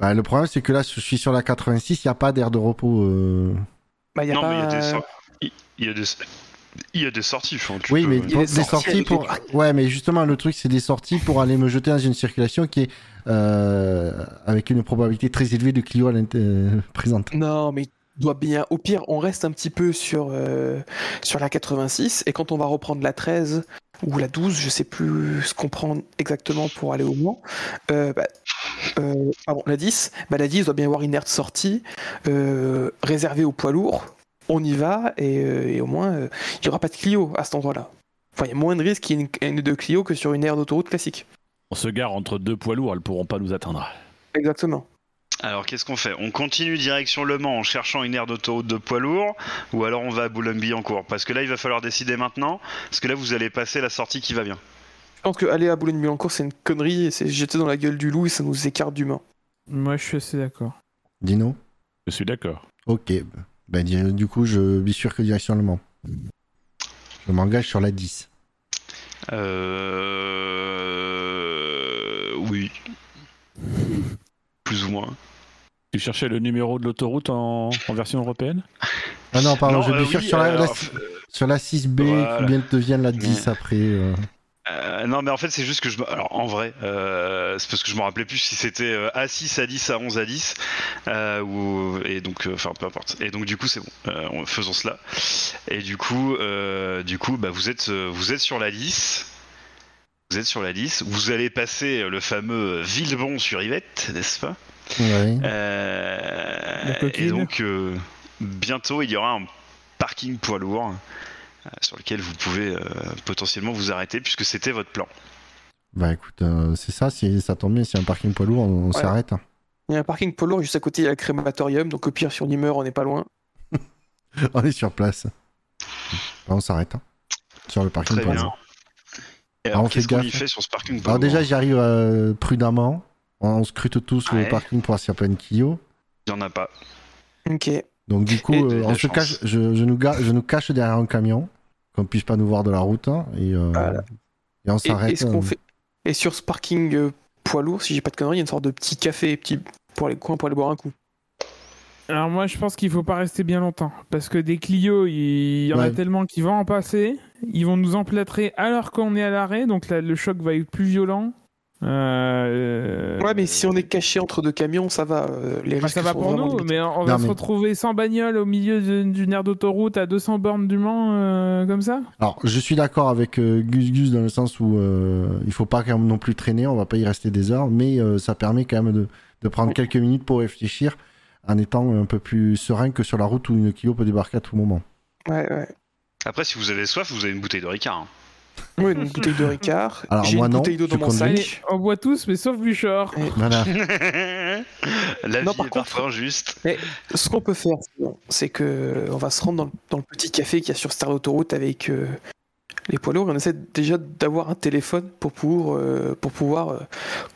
bah, le problème, c'est que là, je suis sur la 86, il n'y a pas d'air de repos. euh. Bah, y a non, pas, mais il y a des euh, sorties. Il il y a des, il y a des sorties. enfin, tu Oui, peux- mais il pour- est des sorti sorties avec pour. les Ouais, mais justement, le truc, c'est des sorties pour aller me jeter dans une circulation qui est euh, avec une probabilité très élevée de Clio à l'int- euh, présente. Non, mais il doit bien. Au pire, on reste un petit peu sur, euh, sur la 86, et quand on va reprendre la 13 ou la 12, je sais plus ce qu'on prend exactement pour aller au Mans, euh, bah, euh, pardon, la 10, bah, la 10 doit bien avoir une aire de sortie euh, réservée aux poids lourds. On y va, et, euh, et au moins, euh, il n'y aura pas de Clio à cet endroit-là. Enfin, il y a moins de risques qu'il y ait une, une de Clio que sur une aire d'autoroute classique. On se gare entre deux poids lourds, elles pourront pas nous atteindre. Exactement. Alors qu'est-ce qu'on fait On continue direction Le Mans en cherchant une aire d'autoroute de poids lourd ou alors on va à Boulogne-Billancourt Parce que là il va falloir décider maintenant parce que là vous allez passer la sortie qui va bien. Je pense qu'aller à Boulogne-Billancourt, c'est une connerie, et c'est jeter dans la gueule du loup, et ça nous écarte d'humains. Moi, je suis assez d'accord. Dino Je suis d'accord. Ok. Bah, di- du coup, je bifurque que direction Le Mans. Je m'engage sur la 10. Euh... Oui. Plus ou moins. Tu cherchais le numéro de l'autoroute en, en version européenne Ah non, pardon, Non, je euh, bifurque oui, sur, la, alors, la- sur la 6B Voilà. qui vient de devenir la 10 après. euh. Euh, non, mais en fait, c'est juste que je. me- Alors, en vrai, euh, c'est parce que je me rappelais plus si c'était euh, A6, A10, A11, A10. euh, ou... Et donc, euh, enfin, peu importe. Et donc, du coup, c'est bon. Euh, on- faisons cela. Et du coup, euh, du coup bah, vous, êtes, euh, vous êtes sur la 10. Vous êtes sur la 10. Vous allez passer le fameux Villebon sur Yvette, n'est-ce pas Ouais. euh, La coquine. et donc, euh, bientôt, il y aura un parking poids lourd euh, sur lequel vous pouvez euh, potentiellement vous arrêter, puisque c'était votre plan. Bah écoute, euh, c'est ça, si ça tombe bien, c'est un parking poids lourd, on on Ouais. s'arrête. hein. Il y a un parking poids lourd juste à côté, il y a le crématorium, donc au pire, si on y meurt, on n'est pas loin. on est sur place. Bah, on s'arrête. hein. Sur le parking Très poids bien. lourd. Et Ah, on alors, fait qu'est-ce qu'on gaffe. y fait sur ce parking poids Alors déjà, lourd j'y arrive euh, prudemment. On, on scrute tous Ouais. le parking pour voir s'il n'y a pas une Clio. Il n'y en a pas. Ok. Donc du coup, Et de euh, la on se chance. cache, je, je nous ga- je nous cache derrière un camion, qu'on puisse pas nous voir de la route. hein, et, euh, Voilà. et on Et, s'arrête. et ce qu'on euh, fait... et sur ce parking euh, poids lourd, si j'ai pas de conneries, il y a une sorte de petit café petit... pour les coins pour aller boire un coup. Alors, moi, je pense qu'il faut pas rester bien longtemps. Parce que des Clio, il y en a Ouais. tellement qui vont en passer. Ils vont nous emplâtrer alors qu'on est à l'arrêt. Donc, là, le choc va être plus violent. Euh, Ouais, mais si on est caché entre deux camions, ça va. euh, les Bah, risques ça va sont pour vraiment nous, limités. mais on on va Non, se mais- retrouver sans bagnole au milieu de- d'une aire d'autoroute à 200 bornes du Mans, euh, comme ça Alors, je suis d'accord avec euh, Gus Gus dans le sens où euh, il faut pas quand même non plus traîner, on va pas y rester des heures, mais euh, ça permet quand même de, de prendre Oui. quelques minutes pour réfléchir en étant un peu plus serein que sur la route où une Clio peut débarquer à tout moment. Ouais, ouais. Après, si vous avez soif, vous avez une bouteille de Ricard. hein. Oui, une bouteille de Ricard. Alors, J'ai moi, une non, bouteille d'eau tu dans mon conduis. sac. On boit tous, mais sauf Bouchard. Voilà. La Non, vie par est contre- parfois juste. Ce qu'on peut faire, sinon, c'est que euh, on va se rendre dans le, dans le petit café qu'il y a sur Star Autoroute avec euh, les poids lourds. et On essaie déjà d'avoir un téléphone pour, pour, euh, pour pouvoir euh,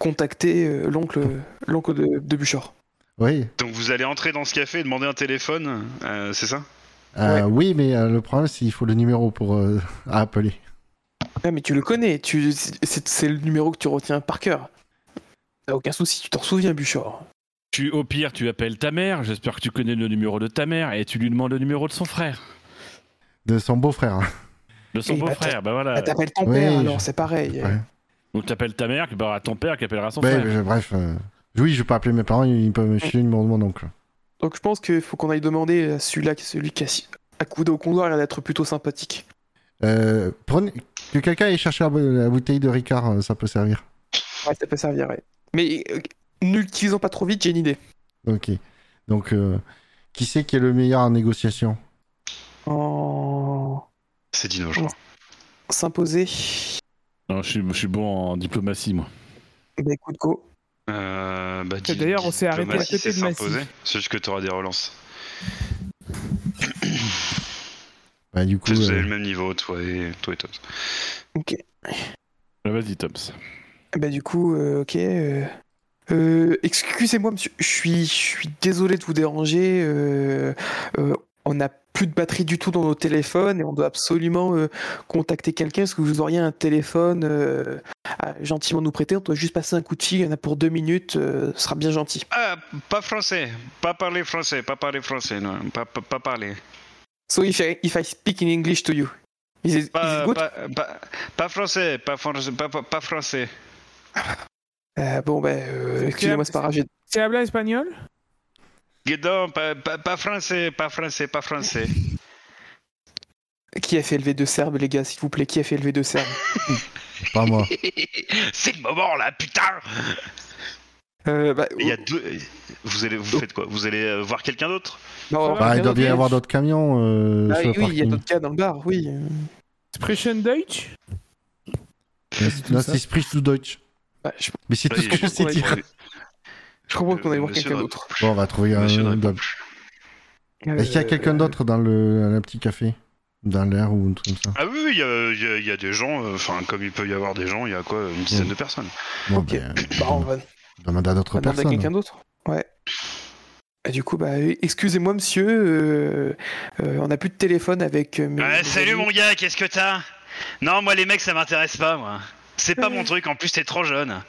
contacter euh, l'oncle l'oncle de, de Buchor. Oui, Donc, vous allez entrer dans ce café et demander un téléphone, euh, c'est ça Euh, oui, mais euh, le problème c'est qu'il faut le numéro pour euh, à appeler. Ouais, Ah, mais tu le connais, tu... c'est c'est le numéro que tu retiens par cœur. T'as aucun souci, tu t'en souviens, Buchor. Tu, au pire, tu appelles ta mère, j'espère que tu connais le numéro de ta mère, et tu lui demandes le numéro de son frère. de son beau-frère. hein. De son Et bah, beau-frère, bah voilà. Ah, T'appelles ton oui, père, je- alors c'est pareil. Ouais. Donc t'appelles ta mère, qui parlera à ton père, qui appellera son Ouais, frère. mais je- bref. euh, Oui, je vais pas appeler mes parents, ils peuvent me chier le numéro de mon oncle. Donc je pense qu'il faut qu'on aille demander à celui-là, celui qui a accoudé au comptoir, il a l'air d'être plutôt sympathique. Euh, prenez... Que quelqu'un aille chercher la, bo- la bouteille de Ricard, euh, ça peut servir. Ouais, ça peut servir, ouais. Mais euh, n'utilisons pas trop vite, j'ai une idée. Ok. Donc, euh, qui c'est qui est le meilleur en négociation En C'est Dino, je crois. s'imposer, Non, je suis, je suis bon en diplomatie, moi. bah écoute, go. Euh, bah, di- D'ailleurs, on s'est arrêté à diplomatie, côté c'est de Massif. s'imposer. C'est juste que tu auras des relances. bah, Du coup, Vous avez euh, le même niveau, toi et toi. Et toi. Ah, Vas-y, Tops. Bah du coup, euh, ok. euh, euh, Excusez-moi, monsieur, je suis, je suis désolé de vous déranger. euh, euh, on n'a plus de batterie du tout dans nos téléphones et on doit absolument euh, contacter quelqu'un. Est-ce que vous auriez un téléphone euh, à gentiment nous prêter On doit juste passer un coup de fil, il y en a pour deux minutes, euh, ce sera bien gentil. Ah, pas français. Pas parler français. Pas parler français. Non, pas, pas, pas parler. So if I, if I speak in English to you, is it, is it Pas, good pas, pas, pas français. Pas français. Pas, pas, pas français. Euh, Bon, bah, euh, C'est excusez-moi, clair, c'est pas grave. j'ai- C'est habla espagnol Guédon, pas, pas, pas français. Pas français. Pas français. Qui a fait lever de serbe, les gars, s'il vous plaît Qui a fait lever de serbe pas moi. C'est le moment là, putain Euh, bah, Il y a deux... Vous, allez, Oh. vous faites quoi Vous allez euh, voir quelqu'un d'autre bah, on va Bah, regarder il doit bien y autre avoir d'autres camions euh, Ah sur oui, le oui, il y a parking. d'autres cas dans le bar, oui. Expression Deutsch Non, c'est Sprich zu Deutsch. Bah, je, Mais Ah, c'est tout ce que je sais Ouais, dire. je comprends qu'on aille voir Euh, Monsieur quelqu'un ne- d'autre. Bon, on va trouver un. Monsieur ne un- répond Est-ce Euh, qu'il y a quelqu'un d'autre dans le, dans le petit café Dans l'air ou un truc comme ça Ah oui, oui, il y a- il y, a- il y a des gens, euh, enfin, comme il peut y avoir des gens, il y a quoi, une Mm. dizaine de personnes. Bon, Ok. ben, Euh, bah, on va demande à d'autres on va demander à personnes. quelqu'un d'autre. Ouais. Et du coup, bah, excusez-moi, monsieur, euh, euh, on n'a plus de téléphone avec. euh, mes- mes amis. gars, qu'est-ce que t'as Non, moi, les mecs, ça m'intéresse pas, moi. C'est pas mon truc, en plus, t'es trop jeune.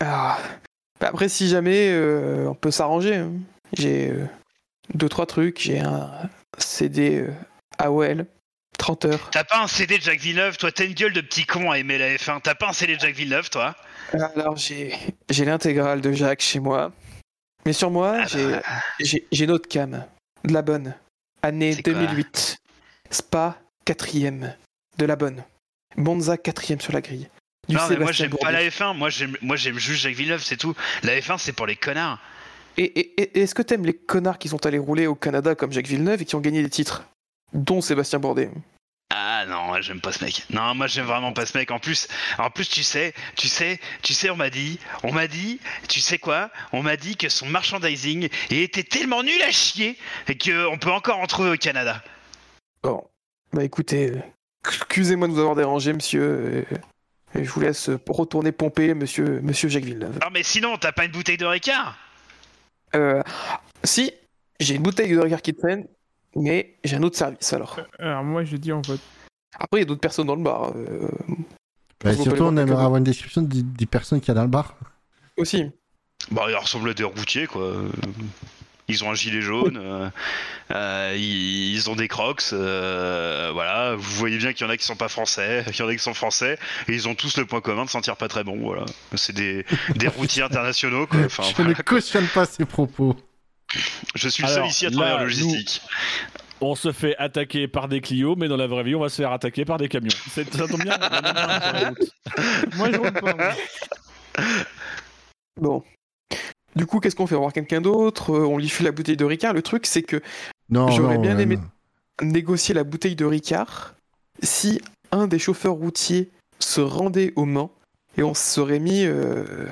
Ah. Bah, après, si jamais, euh, on peut s'arranger. hein. J'ai euh, deux, trois trucs. J'ai un CD euh, AOL, 30 heures. T'as pas un CD de Jacques Villeneuve, toi, t'as une gueule de petit con à aimer la F1. T'as pas un CD de Jacques Villeneuve, toi Alors, j'ai j'ai l'intégrale de Jacques chez moi. Mais sur Ah moi, j'ai. bah. J'ai j'ai une autre cam, de la bonne. Année C'est quoi 2008. Spa, quatrième, de la bonne. Monza, quatrième sur la grille. Du Non, mais moi, Sébastien j'aime pas Bourdais. la F1, moi, j'aime moi, j'aime juste Jacques Villeneuve, c'est tout. La F1, c'est pour les connards. Et, et- et- et est-ce que t'aimes les connards qui sont allés rouler au Canada comme Jacques Villeneuve et qui ont gagné des titres Dont Sébastien Bourdais. Ah non, moi, j'aime pas ce mec. Non, moi j'aime vraiment pas ce mec. En plus, en plus tu sais, tu sais, tu sais, on m'a dit, on m'a dit, tu sais quoi On m'a dit que son merchandising il était tellement nul à chier et que on peut encore en trouver au Canada. Bon, bah écoutez, euh, excusez-moi de vous avoir dérangé, monsieur. euh, Et je vous laisse euh, retourner pomper, monsieur, monsieur Jacques Villeneuve. Non mais sinon, t'as pas une bouteille de Ricard Euh, si, j'ai une bouteille de regard qui traîne, mais j'ai un autre service alors. Alors moi je dis en vote. Après, il y a d'autres personnes dans le bar euh, Bah, On peut aller surtout, on voir quelqu'un aimerait d'autre. avoir une description des, des personnes qu'il y a dans le bar. aussi. Bah, il ressemble à des routiers quoi. Euh, Ils ont un gilet jaune, euh, euh, ils ils ont des crocs, euh, voilà. Vous voyez bien qu'il y en a qui sont pas français, qu'il y en a qui sont français, et ils ont tous le point commun de sentir pas très bon, voilà. C'est des, des routiers internationaux, quoi. Enfin, je voilà. ne cautionne pas ces propos. Je suis le seul Alors, ici à là, travers le logistique. On se fait attaquer par des Clio, mais dans la vraie vie, on va se faire attaquer par des camions. C'est- Ça tombe bien. on en a un sur la route. Moi je vote pas. moi. Bon. Du coup, qu'est-ce qu'on fait On va voir quelqu'un d'autre, euh, on lui file la bouteille de Ricard. Le truc, c'est que Non, J'aurais non, bien non, aimé- non. négocier la bouteille de Ricard, si un des chauffeurs routiers se rendait au Mans et on se serait mis euh,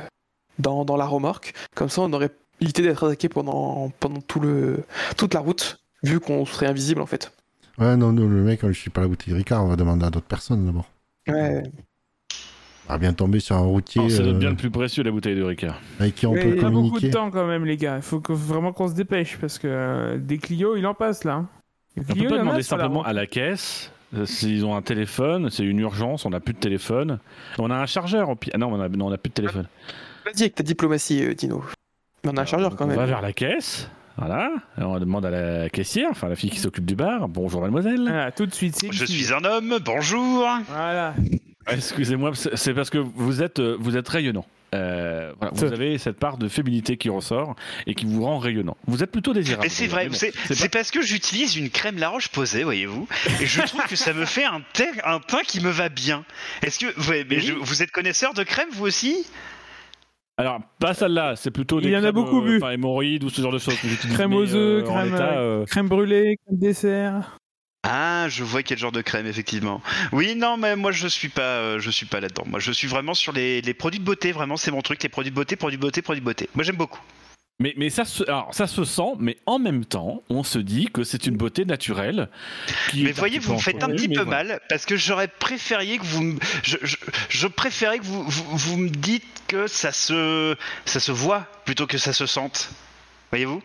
dans, dans la remorque, comme ça on aurait évité d'être attaqué pendant, pendant tout le, toute la route, vu qu'on serait invisible en fait. Ouais, non, non, le mec, on ne chie pas la bouteille de Ricard, on va demander à d'autres personnes d'abord. Ouais. On va bien tomber sur un routier Non, Oh, Ça euh, donne bien le plus précieux, la bouteille de Ricard. avec qui on Mais peut il y a beaucoup de communiquer. temps quand même les gars. Il faut que- vraiment qu'on se dépêche parce que euh, des Clio il en passe là. hein. Des On Clio, peut il pas y en a demander sur la simplement route. à la caisse euh, s'ils ont un téléphone, c'est une urgence, on n'a plus de téléphone. On a un chargeur au pire. Ah Non, on a- non, on n'a plus de téléphone. Vas-y avec ta diplomatie, euh, Dino. Mais on a un chargeur quand On même. va vers la caisse, voilà, et on demande à la caissière, enfin la fille qui s'occupe du bar, bonjour mademoiselle. Voilà, Ah, tout de suite, c'est une Je fille. suis un homme, bonjour Voilà. Euh, Excusez-moi, c'est c'est parce que vous êtes, euh, vous êtes rayonnant. Euh, voilà, vous C'est- avez cette part de féminité qui ressort et qui vous rend rayonnant. Vous êtes plutôt désirable. Et c'est d'ailleurs, vrai, mais bon, c'est c'est c'est parce que j'utilise une crème La Roche posée, voyez-vous, et je trouve que ça me fait un, teint- un teint qui me va bien. Est-ce que ouais, mais Oui. je- vous êtes connaisseur de crème, vous aussi Alors, pas celle-là, c'est plutôt Il des y en a crèmes, euh, beaucoup bu. Enfin, hémorroïdes ou ce genre de choses. que j'utilise, Crème mais, aux œufs, en crème, l'état, euh, Crème brûlée, crème dessert. Ah, je vois quel genre de crème, effectivement. Oui, non, mais moi je suis pas, euh, je suis pas là-dedans. Moi, je suis vraiment sur les, les produits de beauté. Vraiment, c'est mon truc, les produits de beauté, produits de beauté, produits de beauté. Moi, j'aime beaucoup. Mais, mais ça, se, alors, ça se sent, mais en même temps, on se dit que c'est une beauté naturelle. Qui Mais est un voyez, petit vous me peu faites un encouragée, petit mais peu voilà. mal parce que j'aurais préféré que vous, me- je, je, je préférais que vous, vous, vous me dites que ça se, ça se voit plutôt que ça se sente. Voyez-vous.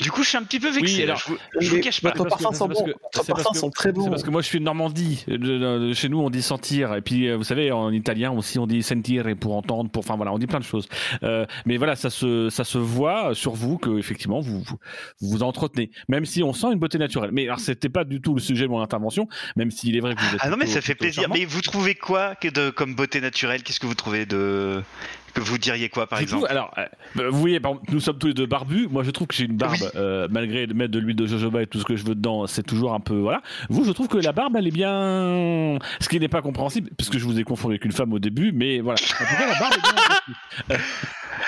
Du coup, je suis un petit peu vexé. Oui, là, alors, je, vous, je vous Mais cache pas. Ton parce que- parfum c'est sent parce bon. que- Ton c'est parce parfum que- sent très C'est bon. parce que moi je suis de Normandie, De- de- de- chez nous on dit sentir, et puis euh, vous savez en italien aussi on dit sentire et pour entendre, pour enfin voilà on dit plein de choses. Euh, mais voilà ça se, ça se voit sur vous que effectivement vous, vous vous entretenez, même si on sent une beauté naturelle. Mais alors c'était pas du tout le sujet de mon intervention, même s'il est vrai que vous êtes. Ah non, mais plutôt- ça fait plutôt plaisir. charmant. Mais vous trouvez quoi que de, comme beauté naturelle Qu'est-ce que vous trouvez de que vous diriez quoi, par Du exemple coup, alors, euh, bah, vous voyez, par exemple, nous sommes tous les deux barbus. Moi, je trouve que j'ai une barbe, Oui. euh, malgré de mettre de l'huile de jojoba et tout ce que je veux dedans, c'est toujours un peu. Voilà. Vous, je trouve que la barbe, elle est bien. Ce qui n'est pas compréhensible, parce que je vous ai confondu avec une femme au début, mais voilà. En tout cas, la barbe est bien.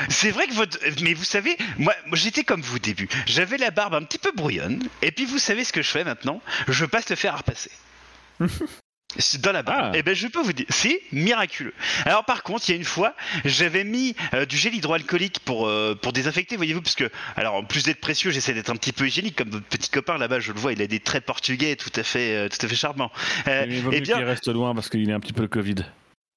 C'est vrai que votre. Mais vous savez, moi, moi, j'étais comme vous au début. J'avais la barbe un petit peu brouillonne. Et puis vous savez ce que je fais maintenant Je passe le fer à repasser. C'est Dans la barbe. Ah. Et ben je peux vous dire, c'est miraculeux. Alors par contre, il y a une fois, j'avais mis euh, du gel hydroalcoolique pour euh, pour désinfecter, voyez-vous, parce que alors en plus d'être précieux, j'essaie d'être un petit peu hygiénique comme votre petit copain là-bas, je le vois, il a des traits portugais tout à fait euh, tout à fait charmants. Euh, Mais il vaut eh mieux bien- qu'il reste loin, parce qu'il est un petit peu le Covid.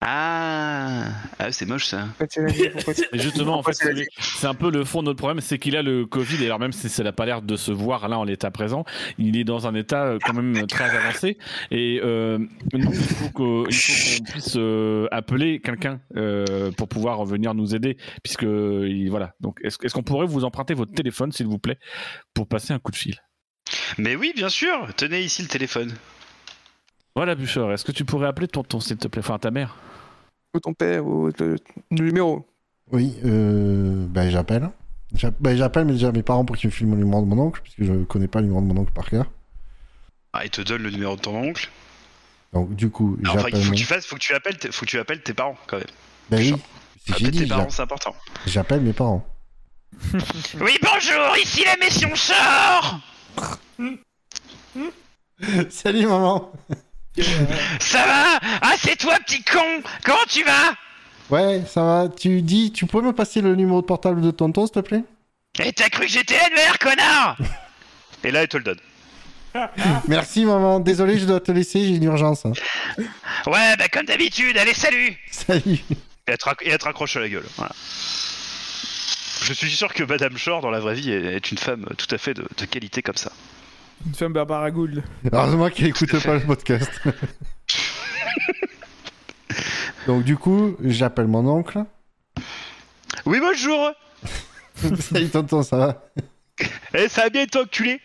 Ah, ah c'est moche ça. Pourquoi tu l'as dit Pourquoi tu- Et justement, en Pourquoi fait, tu l'as c'est c'est un peu le fond de notre problème, c'est qu'il a le Covid, et alors même si ça n'a pas l'air de se voir là en l'état présent, il est dans un état euh, quand même très avancé, et euh, nous, il faut qu'au- il faut qu'on puisse euh, appeler quelqu'un euh, pour pouvoir venir nous aider, puisque euh, il- voilà. Donc, est-ce est-ce qu'on pourrait vous emprunter votre téléphone, s'il vous plaît, pour passer un coup de fil Mais oui, bien sûr. Tenez ici le téléphone. Voilà, Bûcheur, est-ce que tu pourrais appeler tonton, s'il te plaît, enfin ta mère Ou ton père ou le le numéro. Oui, euh, ben, j'appelle. J'a- ben, J'appelle mais déjà mes parents pour qu'ils me filment le numéro de mon oncle, puisque je connais pas le numéro de mon oncle par cœur. Ah, il te donne le numéro de ton oncle. Donc du coup, Non, Enfin, j'appelle. il faut mon- que tu fasses, faut que tu appelles, tes- faut que tu appelles tes parents quand même. Ben oui, genre, si j'ai Appeler dit, tes j'a- parents, c'est important. j'appelle mes parents. Oui, bonjour, ici la mission sort. Salut maman. Ça va Ah, c'est toi, petit con. Comment tu vas Ouais, ça va. Tu dis, tu pourrais me passer le numéro de portable de tonton, s'il te plaît Et Eh, t'as cru que j'étais NVR, connard Et là, elle te le donne. Merci maman. Désolé, je dois te laisser, j'ai une urgence. hein. Ouais, bah comme d'habitude. Allez, salut. Salut. Et elle te, rac- et elle te raccroche à la gueule. Voilà. Je suis sûr que Madame Shore, dans la vraie vie, est est une femme tout à fait de, de qualité comme ça. Une femme Barbara Gould. Heureusement qu'elle écoute pas le podcast. Donc du coup, j'appelle mon oncle. Oui, bonjour. Salut tonton, ça va Eh, ça va bien, toi, enculé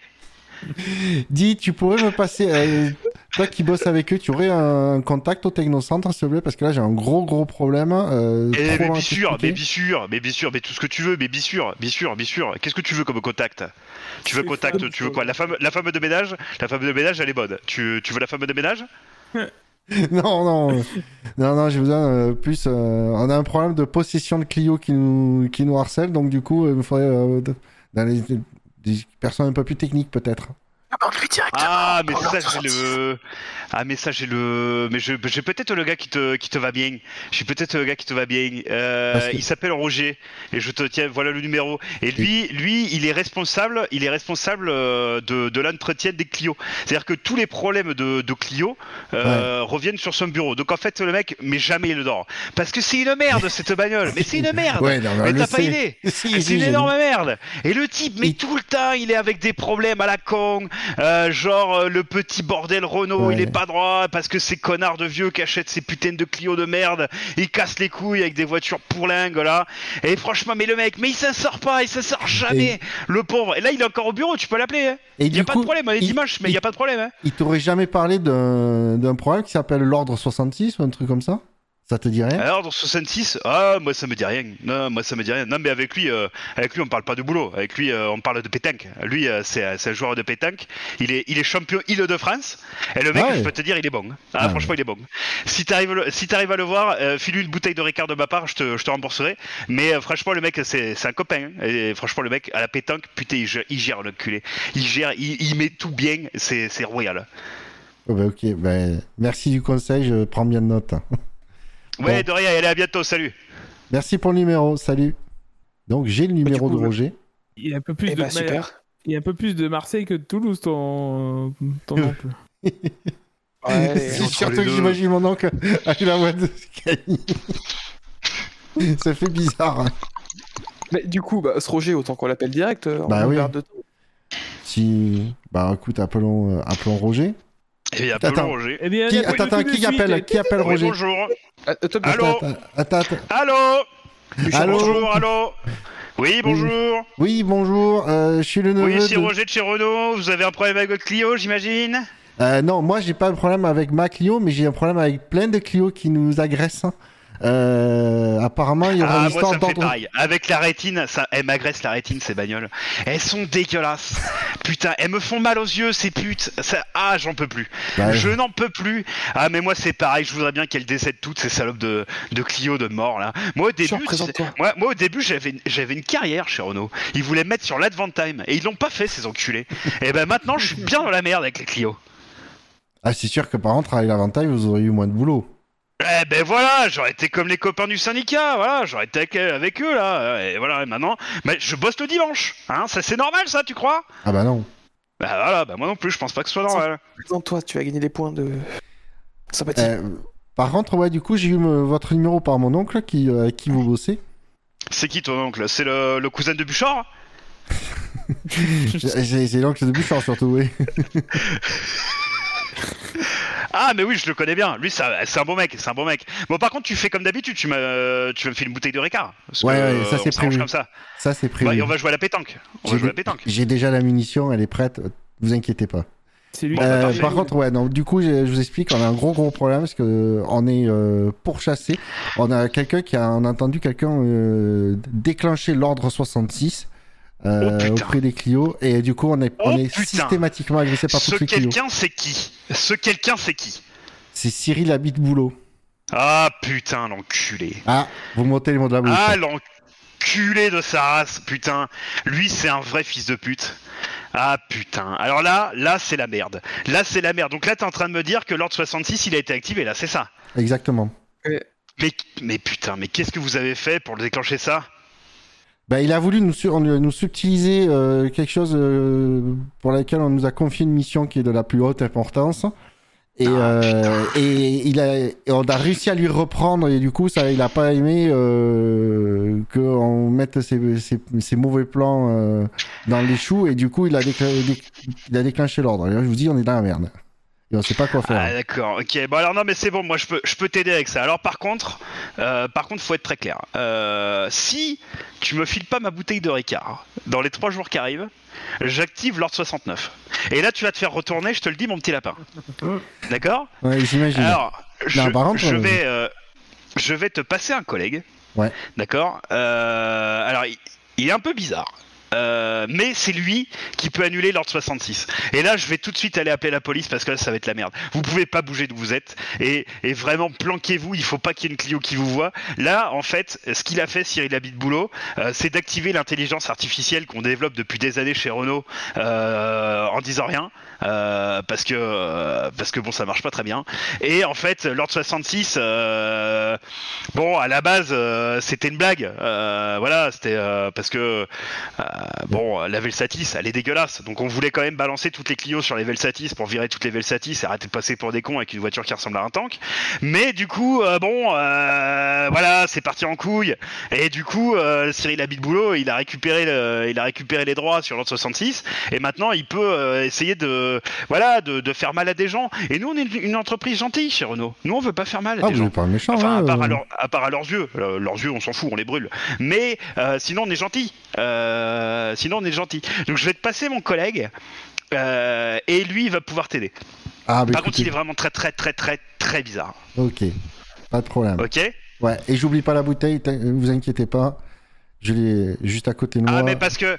Dis, tu pourrais me passer, euh, toi qui bosses avec eux, tu aurais un contact au Technocentre, s'il te plaît, parce que là j'ai un gros gros problème. Euh, Eh, trop mais long à bien sûr, mais t'expliquer. bien sûr, mais bien sûr, mais tout ce que tu veux, mais bien sûr, bien sûr, bien sûr. Qu'est-ce que tu veux comme contact Tu veux C'est contact, femme, tu veux ça. quoi La femme, la femme de ménage La femme de ménage, elle est bonne. Tu, tu veux la femme de ménage Non, non, euh, non, non, j'ai besoin euh, plus. euh, on a un problème de possession de Clio qui nous, qui nous harcèle, donc du coup, euh, il me faudrait euh, de- dans les- des personnes un peu plus techniques peut-être. Ah, mais ça, j'ai le. Ah, mais ça, j'ai le. Mais je- j'ai peut-être le gars qui te, qui te va bien. J'ai peut-être le gars qui te va bien. Euh, Parce que- Il s'appelle Roger. Et je te tiens, voilà le numéro. Et lui, lui il est responsable, il est responsable euh, de, de l'entretien des Clio. C'est-à-dire que tous les problèmes de, de Clio euh, reviennent sur son bureau. Donc en fait, le mec, mais jamais il dort. Parce que c'est une merde, cette bagnole. Mais c'est une merde. Ouais, non, Ah bah, mais on le t'as pas sait. idée. Mais Si, si, Ah, c'est une j'ai- énorme merde Et le type, mais Il- tout le temps, il est avec des problèmes à la con, Euh, genre euh, le petit bordel Renault, il est pas droit parce que ces connards de vieux qui achètent ces putaines de Clio de merde, ils cassent les couilles avec des voitures pourlingues là. Et franchement, mais le mec, mais il s'en sort pas, il s'en sort jamais, le pauvre. Et là, il est encore au bureau, tu peux l'appeler. Hein. Et Il y a du pas coup, de problème, on est il- dimanche, mais il y a pas de problème. Hein. il t'aurait jamais parlé d'un d'un programme qui s'appelle l'Ordre 66 ou un truc comme ça Ça te dit rien Alors dans 66, ah moi ça me dit rien. Non, moi ça me dit rien. Non mais avec lui, euh, avec lui on parle pas de boulot. Avec lui euh, on parle de pétanque. Lui euh, c'est euh, c'est un joueur de pétanque. Il est il est champion Île-de-France. Et le mec Ah ouais. je peux te dire il est bon. Ah, Ah franchement il est bon. Si t'arrives le- si t'arrives à le voir, euh, file-lui une bouteille de Ricard de ma part, je te, je te rembourserai. Mais euh, franchement le mec c'est c'est un copain. hein. Et franchement le mec à la pétanque putain il gère, il gère le culé. Il gère il, il met tout bien. C'est c'est royal. Oh, bah, Ok, bah, merci du conseil, je prends bien de note. Ouais Bon. de rien. Allez à bientôt. Salut. Merci pour le numéro, salut. Donc j'ai Bah, le numéro coup, de je- Roger. Il y a un peu plus Eh de ben, bah, super. il y a un peu plus de Marseille que de Toulouse ton ton oncle. Ouais, C'est entre surtout les que deux. j'imagine mon oncle avec la voix de Scani. Ça fait bizarre. hein. Mais du coup, bah, ce Roger, autant qu'on l'appelle direct, euh, on Bah oui. perd de temps. Si. Bah écoute, appelons, euh, appelons Roger. Et à Attends. Roger. Eh bien, Qui, appelle-le attends, attends, tout de qui suite. appelle Qui appelle Oui, Roger bonjour. Ah, euh, Tom, Allô Attends, attends, attends. Allô Allô Bonjour, allô Oui, bonjour Oui, bonjour, euh, je suis le neveu. Oui, c'est de- Roger de chez Renault, vous avez un problème avec votre Clio, j'imagine Euh, non, moi j'ai pas de problème avec ma Clio, mais j'ai un problème avec plein de Clio qui nous agressent. hein. Euh, apparemment, il y aura Ah, moi une ça histoire me fait d'ordre. pareil. Avec la rétine, ça, elle m'agresse la rétine, ces bagnoles. Elles sont dégueulasses. Putain, elles me font mal aux yeux, ces putes. Ça- Ah, j'en peux plus. Bah, Je n'en peux plus. Ah, mais moi c'est pareil, je voudrais bien qu'elles décèdent toutes ces salopes de, de Clio de mort là. Moi au début, Genre, présente-toi. Moi, moi, au début, j'avais une, j'avais une carrière chez Renault. Ils voulaient me mettre sur l'Advent Time et ils l'ont pas fait, ces enculés. et ben maintenant, je suis bien dans la merde avec les Clio. Ah, c'est sûr que par contre, avec l'avantage, vous auriez eu moins de boulot. Eh ben voilà, j'aurais été comme les copains du syndicat, voilà, j'aurais été avec, avec eux là. Et voilà, et maintenant, mais je bosse le dimanche, hein, ça c'est normal ça, tu crois Ah bah non. Bah voilà, bah moi non plus, je pense pas que ce soit normal. présente-toi, tu vas gagner des points de sympathie. Euh, par contre, ouais, du coup, j'ai eu euh, votre numéro par mon oncle qui, euh, avec qui vous bossez. C'est qui ton oncle C'est le, le cousin de Bouchard C'est c'est l'oncle de Bouchard surtout, oui. Ah mais oui, je le connais bien. Lui, ça- c'est un bon mec, c'est un bon mec. Bon par contre, tu fais comme d'habitude, tu me tu me files une bouteille de Ricard. Parce que, Ouais, ouais, ça, euh, c'est on s'arrange prévu. comme ça. Ça, c'est Ouais, prévu. Bah, et on va jouer à la pétanque. On va J'ai jouer à dé- la pétanque. J'ai déjà la munition, elle est prête. Vous inquiétez pas. C'est lui. Bon, Euh, bah, qui- parfait. par contre, ouais, donc du coup, je, je vous explique, on a un gros gros problème parce que euh, on est euh, pourchassé. On a quelqu'un qui a, on a entendu quelqu'un euh, déclencher l'ordre 66 euh, Oh, putain. auprès des Clio et du coup, on est, on Oh, est putain. systématiquement agressé par Ce toutes les Clio. quelqu'un, c'est qui Ce quelqu'un, c'est qui C'est Cyril Habite Boulot. Ah putain, l'enculé. Ah, vous montez les mots de la bouche. Ah, l'enculé de sa race, putain. Lui, c'est un vrai fils de pute. Ah putain. Alors là, là, c'est la merde. Là, c'est la merde. Donc là, t'es en train de me dire que l'ordre 66, il a été activé, là, c'est ça. Exactement. Mais, mais putain, mais qu'est-ce que vous avez fait pour déclencher ça Bah, il a voulu nous, su- nous nous subtiliser euh, quelque chose euh, pour laquelle on nous a confié une mission qui est de la plus haute importance. Et, Ah, euh, et il a, et on a réussi à lui reprendre et du coup ça il a pas aimé euh, qu'on mette ses, ses- ses mauvais plans euh, dans les choux et du coup il a, décla- dé- il a déclenché l'ordre. Et là, Je vous dis on est dans la merde et on sait pas quoi Ah faire. hein. d'accord, ok. Bon alors non mais c'est bon, moi je peux, je peux t'aider avec ça. Alors par contre, euh, par contre faut être très clair. Euh, si tu me files pas ma bouteille de Ricard hein, dans les trois jours qui arrivent, j'active l'ordre 69. Et là tu vas te faire retourner, je te le dis mon petit lapin. D'accord Ouais, J'imagine. Ah, Alors je, par contre, je euh, vais, euh, je vais te passer un collègue. Ouais. D'accord Euh, Alors il, il est un peu bizarre. Euh, mais c'est lui qui peut annuler l'ordre 66. Et là, je vais tout de suite aller appeler la police parce que là, ça va être la merde. Vous pouvez pas bouger d'où vous êtes et, et vraiment planquez-vous. Il faut pas qu'il y ait une Clio qui vous voit. Là, en fait, ce qu'il a fait, Cyril Habit Boulot, euh, c'est d'activer l'intelligence artificielle qu'on développe depuis des années chez Renault euh, en disant rien euh, parce que euh, parce que bon, ça marche pas très bien. Et en fait, l'ordre 66, euh, bon, à la base, euh, c'était une blague. Euh, voilà, c'était euh, parce que euh, bon, la Velsatis, elle est dégueulasse. Donc on voulait quand même balancer toutes les Clio sur les Velsatis pour virer toutes les Velsatis et arrêter de passer pour des cons avec une voiture qui ressemble à un tank. Mais du coup, euh, bon, euh, voilà, c'est parti en couille. Et du coup, euh, Cyril Abitboulot, il a récupéré, le- il a récupéré les droits sur l'ordre 66 et maintenant il peut euh, essayer de, voilà, de, de faire mal à des gens. Et nous, on est une- une entreprise gentille chez Renault. Nous, on veut pas faire mal à Ah, des vous gens. n'êtes pas méchant, Enfin, hein, à, part euh. à, leur- à part à leurs yeux. Euh, Leurs yeux, on s'en fout, on les brûle. Mais euh, sinon, on est gentil. Euh, sinon, on est gentil. Donc, je vais te passer mon collègue. euh, et lui, il va pouvoir t'aider. Ah, bah, Par contre, écoutez, il est vraiment très, très, très, très, très bizarre. Ok, pas de problème. Ok Ouais, et j'oublie pas la bouteille, t'in- euh, vous inquiétez pas. Je l'ai juste à côté de moi. Ah, mais parce que,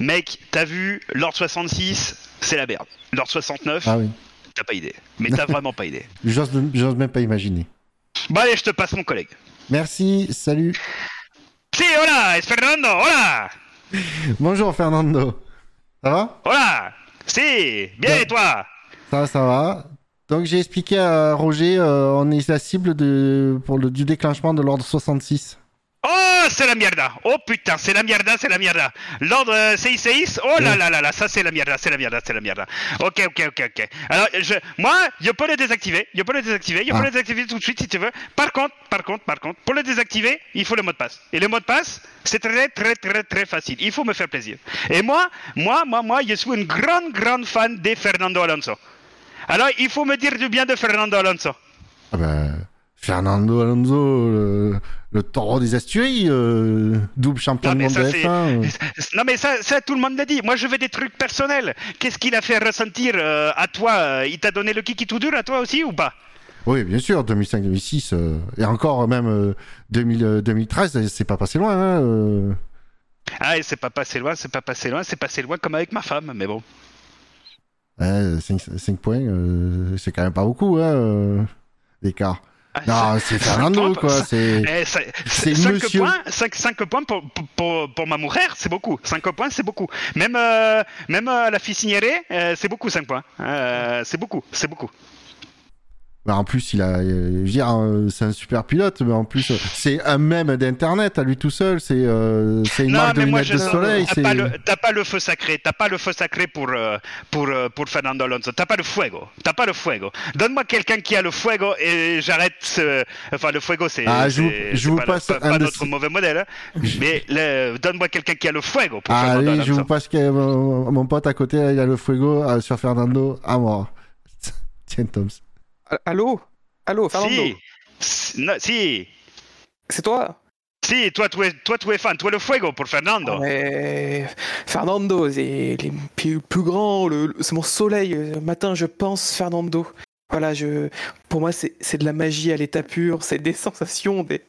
mec, t'as vu, Lord 66, c'est la merde. Lord 69, Ah oui, t'as pas idée. Mais t'as vraiment pas idée. j'ose j'ose même pas imaginer. Bon, allez, je te passe mon collègue. Merci, salut. Si, hola, es Fernando, hola Bonjour Fernando. Ça va Hola Si, bien Ouais. et toi Ça va, ça va. Donc j'ai expliqué à Roger, euh, on est la cible de, pour le, du déclenchement de l'ordre 66. Oh, c'est la mierda Oh putain, c'est la mierda, c'est la mierda L'ordre euh, CICIS Oh là Ouais. là là là, ça c'est la mierda, c'est la mierda, c'est la mierda Ok, ok, ok, ok. Alors, je, moi, je peux le désactiver, je peux le désactiver, je Ah. peux le désactiver tout de suite si tu veux. Par contre, par contre, par contre, pour le désactiver, il faut le mot de passe. Et le mot de passe, c'est très très très très facile. Il faut me faire plaisir. Et moi, moi, moi, moi, je suis une grande, grande fan de Fernando Alonso. Alors, il faut me dire du bien de Fernando Alonso. Ah ben, Fernando Alonso, le, le taureau des Asturies, euh, double champion Non, du mais monde ça, de c'est- F1. euh. Non mais ça, ça tout le monde l'a dit. Moi je veux des trucs personnels. Qu'est-ce qu'il a fait ressentir euh, à toi euh, Il t'a donné le kiki tout dur à toi aussi ou pas Oui, bien sûr, 2005-2006, et encore même euh, 2000, euh, 2013, euh, c'est pas passé loin. hein, euh. Ah et c'est pas passé loin, c'est pas passé loin, c'est passé loin comme avec ma femme. Mais bon. Ouais, 5, Hein, points, euh, c'est quand même pas beaucoup, hein, euh, d'écart. Ah, Non, c'est Fernando, points, quoi. ça- C'est... Eh, ça- C'est 5 monsieur. points, 5, points pour, pour, pour, pour ma mourère, c'est beaucoup. 5 points, c'est beaucoup. Même, euh, même euh, la fille signérée, euh, c'est beaucoup 5 points. Euh, c'est beaucoup, c'est beaucoup. Bah, en plus, il a, euh, je veux dire, euh, c'est un super pilote, mais en plus, euh, c'est un mème d'Internet à lui tout seul. C'est, euh, c'est une marque de lunettes de je- soleil. T'as c'est- pas, le- t'as pas le feu sacré, t'as pas le feu sacré pour, euh, pour, euh, pour Fernando Alonso, t'as pas le fuego, t'as pas le fuego. Donne-moi quelqu'un qui a le fuego et j'arrête ce... Enfin, le fuego, c'est Ah, je vous- c'est- je c'est vous pas, passe pas- un pas de notre ces- mauvais modèle, hein. mais le- donne-moi quelqu'un qui a le fuego pour Ah, Fernando allez, je Alonso. vous passe que euh, mon, mon pote à côté, il a le fuego euh, sur Fernando à mort. Tiens, Toms. Euh. Allô Allô, Fernando Si, si, non, si, C'est toi si, toi, tu es, toi, tu es fan, toi le fuego pour Fernando. Ah, mais Fernando, c'est les plus, plus grand, le, le- c'est mon soleil. Le matin, je pense Fernando. Voilà, je, pour moi, c'est c'est de la magie à l'état pur, c'est des sensations, des,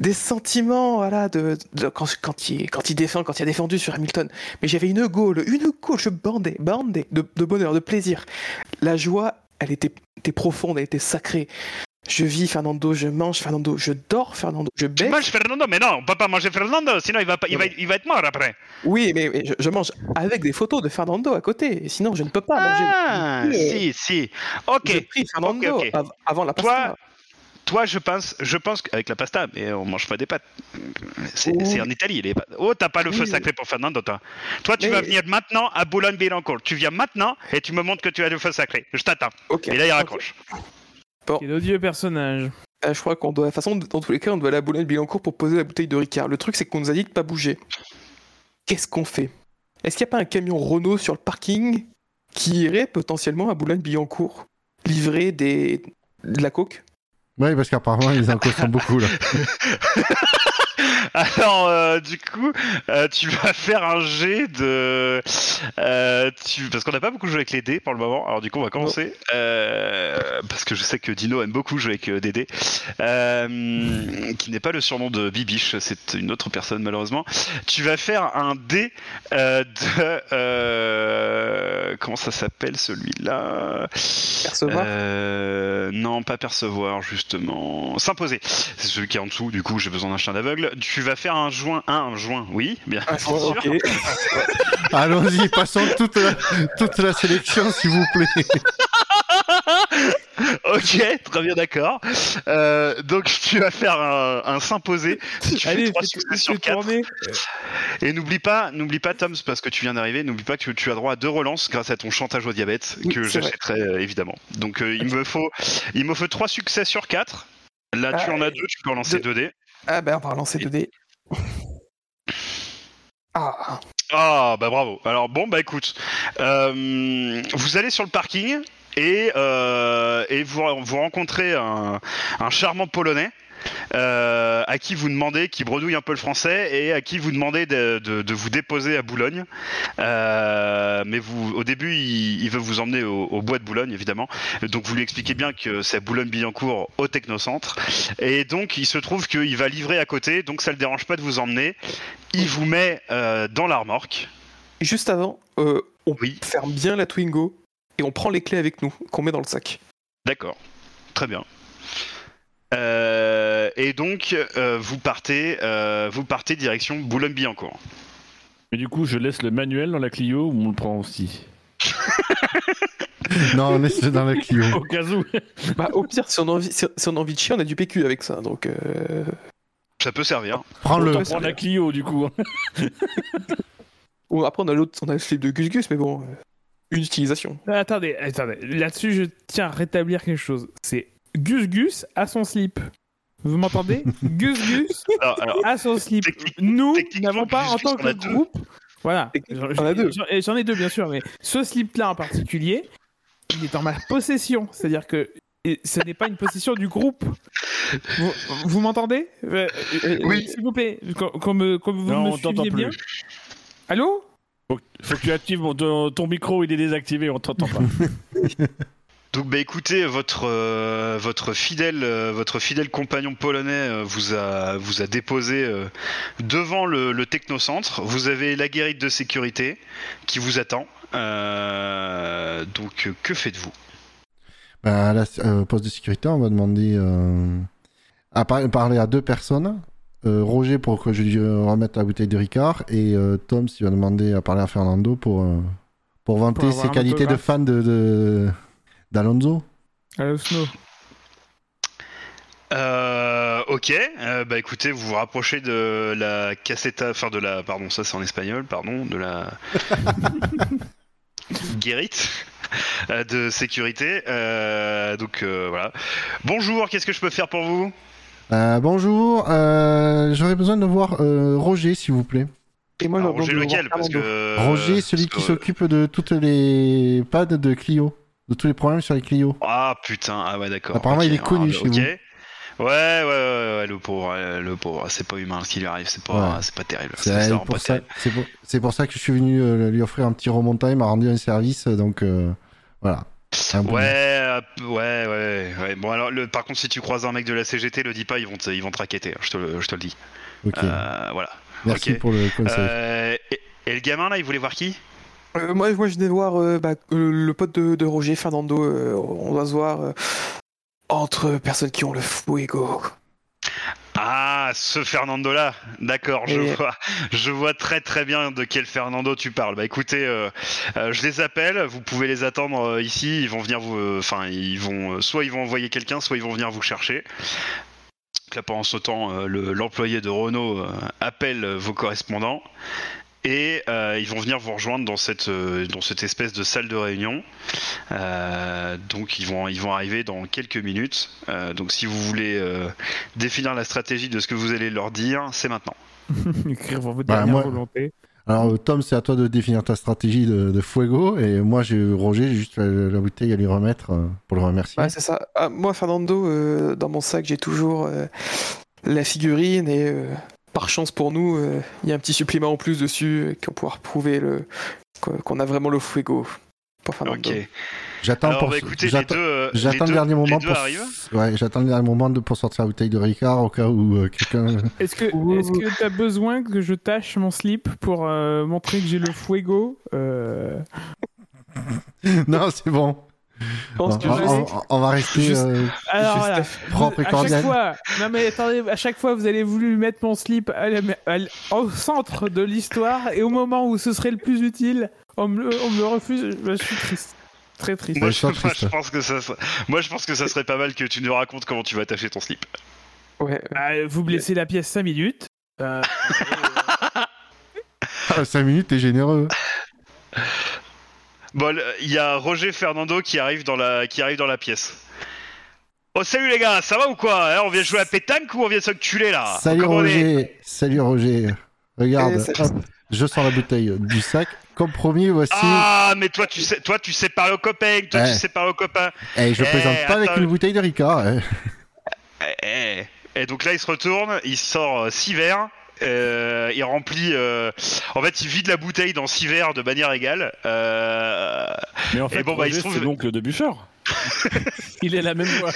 des sentiments, voilà, de, de- quand, quand, il, quand il défend, quand il a défendu sur Hamilton. Mais j'avais une gaule, une gaule, je bandais, bandais, de, de bonheur, de plaisir. La joie, elle était, était profonde, elle était sacrée. Je vis Fernando, je mange Fernando, je dors Fernando, je Tu baise manges Fernando, mais non, on peut pas manger Fernando, sinon il va, pas- il va, il va être mort après. Oui, mais mais je, je mange avec des photos de Fernando à côté. Sinon, je ne peux pas manger. Ah, Je- si, si. Ok. Je prie Fernando ok, ok. av- avant la pasta. Toi, toi, je pense, je pense qu'avec la pasta, mais on mange pas des pâtes. C'est Oh. c'est en Italie les pâtes. Oh, t'as pas le feu Oui. sacré pour Fernando, toi. Toi, tu Mais- vas venir maintenant à Boulogne-Billancourt. Tu viens maintenant et tu me montres que tu as le feu sacré. Je t'attends. Ok. Et là, il ok. raccroche. Quel odieux personnage. Euh, je crois qu'on doit, de toute façon, dans tous les cas, on doit aller à Boulogne-Billancourt pour poser la bouteille de Ricard. Le truc, c'est qu'on nous a dit de pas bouger. Qu'est-ce qu'on fait Est-ce qu'il n'y a pas un camion Renault sur le parking qui irait potentiellement à Boulogne-Billancourt livrer des de la coke Oui, parce qu'apparemment, ils en consomment beaucoup, là. Alors, euh, du coup, euh, tu vas faire un jet de. euh, tu- Parce qu'on n'a pas beaucoup joué avec les dés pour le moment. Alors, du coup, on va commencer. Euh, Parce que je sais que Dino aime beaucoup jouer avec euh, des dés. Euh, Qui n'est pas le surnom de Bibiche, c'est une autre personne, malheureusement. Tu vas faire un dé euh, de. euh, Comment ça s'appelle celui-là Percevoir euh, Non, pas percevoir, justement. S'imposer. C'est celui qui est en dessous, du coup j'ai besoin d'un chien d'aveugle. Tu vas faire un joint, un, un joint, oui, bien. Ah, sûr. ok. Allons-y, passons toute la, toute la sélection, s'il vous plaît. Ok, très bien, d'accord. Euh, donc tu vas faire un, un symposé. Si tu fais Allez, trois fais- succès fais sur quatre. tourner. Et n'oublie pas, n'oublie pas Tom, parce que tu viens d'arriver. N'oublie pas que tu, tu as droit à deux relances grâce à ton chantage au diabète Oui, que c'est vrai. j'achèterai euh, évidemment. Donc euh, il me faut, il me faut trois succès sur quatre. Là, tu Ah, en as deux, tu peux en lancer deux dés. Ah ben, on va relancer 2 dés. Ah, Ah bah bravo. Alors bon bah écoute, euh, vous allez sur le parking et, euh, et vous, vous rencontrez un, un charmant polonais. euh, à qui vous demandez, qui bredouille un peu le français, et à qui vous demandez de, de- de vous déposer à Boulogne. Euh, mais vous, au début, il, il veut vous emmener au, au bois de Boulogne, évidemment. Donc vous lui expliquez bien que c'est à Boulogne-Billancourt, au Technocentre. Et donc il se trouve qu'il va livrer à côté, donc ça le dérange pas de vous emmener. Il vous met euh, dans la remorque. juste avant, euh, on Oui. ferme bien la Twingo et on prend les clés avec nous, qu'on met dans le sac. D'accord. Très bien. Euh, et donc euh, vous partez, euh, vous partez direction Boulogne-Billancourt. Mais du coup, je laisse le manuel dans la Clio ou on le prend aussi Non, laisse-le dans la Clio. Au cas où. Bah, au pire, si on, a envie, si, si on a envie de chier, on a du PQ avec ça. Donc, euh, Ça peut servir. Prends-le. On prend la Clio du coup. ou après, on a l'autre, on a le slip de Gus Gus, mais bon, euh, une utilisation. Ah, Attendez, attendez. Là-dessus, je tiens à rétablir quelque chose. C'est Gus Gus à son slip. Vous m'entendez Gus Gus Alors, alors, à son slip. Technique- Nous techniquement, n'avons pas, Gus en Gus, tant on a que deux. groupe. Voilà. Techniquement, J'en- on a deux. j'en- et J'en ai deux, bien sûr, mais ce slip-là en particulier, il est en ma possession. C'est-à-dire que et ce n'est pas une possession du groupe. Vous, vous m'entendez Euh, euh, Oui. S'il vous plaît, qu'on qu'on me, qu'on vous non, me on t'entend suiviez plus. bien. Allô Faut, que- faut que tu actives mon- ton, ton micro, il est désactivé, on t'entend pas. donc bah écoutez, votre euh, votre fidèle euh, votre fidèle compagnon polonais euh, vous a vous a déposé euh, devant le, le technocentre. Vous avez la guérite de sécurité qui vous attend. Euh, donc euh, que faites-vous Bah, à la euh, poste de sécurité, on va demander euh, à par- parler à deux personnes. Euh, Roger pour que je lui euh, remette la bouteille de Ricard et euh, Tom s'il va demander à parler à Fernando pour, euh, pour vanter avoir ses un qualités de autographe. fan de, de- d'Alonso. Allô, Snow. Euh, ok, Euh, bah écoutez, vous vous rapprochez de la caseta, enfin de la, pardon, ça c'est en espagnol, pardon, de la guérite euh, de sécurité. Euh, donc euh, voilà. Bonjour, qu'est-ce que je peux faire pour vous Euh, bonjour, euh, j'aurais besoin de voir euh, Roger s'il vous plaît. Et moi, Alors, je Roger vais lequel Parce que euh, Roger, celui qui parce que- s'occupe de toutes les pads de Clio, de tous les problèmes sur les Clio. Ah putain, ah ouais d'accord. Apparemment, Ok, il est connu alors, chez ok. vous. Ouais, ouais, ouais, ouais, ouais, le pauvre, euh, le pauvre, c'est pas humain ce qui lui arrive, c'est pas, Ouais. c'est pas terrible. C'est C'est vraiment pour, pas ça- terrible. c'est pour- c'est pour ça que je suis venu euh, lui offrir un petit remontage, m'a rendu un service, donc euh, voilà. Un bon- Ouais, euh, ouais, ouais, ouais. Bon alors, le, par contre, si tu croises un mec de la CGT, le dis pas, ils vont te, ils vont te raqueter. hein, Je te, le- je te le dis. ok. Euh, voilà. Merci ok. pour le conseil. Euh, et, et le gamin là, il voulait voir qui Euh, moi, moi, je vais voir euh, bah, euh, le pote de, de Roger, Fernando. euh, on doit se voir euh, entre personnes qui ont le fuego. Ah, ce Fernando là. D'accord, je Et- vois, je vois très très bien de quel Fernando tu parles. Bah écoutez, euh, euh, je les appelle. Vous pouvez les attendre euh, ici. Ils vont venir vous, enfin, ils vont, euh, soit ils vont envoyer quelqu'un, soit ils vont venir vous chercher. Donc Là, pendant ce temps, euh, le- l'employé de Renault euh, appelle euh, vos correspondants et euh, ils vont venir vous rejoindre dans cette, euh, dans cette espèce de salle de réunion. Euh, donc ils vont, ils vont arriver dans quelques minutes. Euh, donc si vous voulez euh, définir la stratégie de ce que vous allez leur dire, c'est maintenant. Écrire pour votre Bah, dernière moi- volonté. Alors Tom, c'est à toi de définir ta stratégie de, de fuego, et moi j'ai Roger, j'ai juste la, la bouteille à lui remettre euh, pour le remercier. Ouais, c'est ça. Ah, moi, Fernando, euh, dans mon sac, j'ai toujours euh, la figurine et euh, par chance pour nous, euh, il y a un petit supplément en plus dessus euh, qui va pouvoir prouver le, qu'on qu'on a vraiment le fuego pour Ah, Fernando. Ok. J'attends Alors pour bah, écoutez, les j'attends- deux, euh, les J'attends deux- le dernier moment les deux pour arrivent. ouais, j'attends le dernier moment de- pour sortir la bouteille de Ricard au cas où euh, quelqu'un Est-ce que Ouh. est-ce que t'as besoin que je tâche mon slip pour euh, montrer que j'ai le fuego Euh, Non, c'est bon. Je pense On, que on- je- on- on va rester Juste- euh, Alors voilà. propre et à chaque cordial. fois, non mais attendez, à chaque fois vous allez voulu mettre mon slip à la- à l- au centre de l'histoire et au moment où ce serait le plus utile, on me, le- on me le refuse, je suis triste. Très triste. Moi Ouais, je, c'est moi, triste. je pense que ça, serait- moi, je pense que ça serait pas mal que tu nous racontes comment tu vas attacher ton slip. ah. Ouais. Ah, Bah, vous blessez la pièce 5 minutes. Euh, 5 minutes, t'es généreux. Bon, le- il y a Roger Fernando qui arrive dans la, qui arrive dans la pièce. Oh salut les gars, ça va ou quoi hein On vient jouer à pétanque ou on vient s'enculer là Salut Comment on est Roger. Salut Roger. Regarde, Eh, c'est- hop, je sors la bouteille du sac. Comme promis, voici. Ah mais toi tu sais, toi tu sais parler aux copains, toi Ouais. tu sais parler aux copains. Eh, je eh, présente pas avec attends. une bouteille de Ricard. hein. Eh, eh. Et donc là, il se retourne, il sort euh, six verres. euh, il remplit. euh, en fait, il vide la bouteille dans six verres de manière égale. euh, Mais en fait, bon, bah, il Roger, se trouve- c'est l'oncle de Buffer. il est la même voix.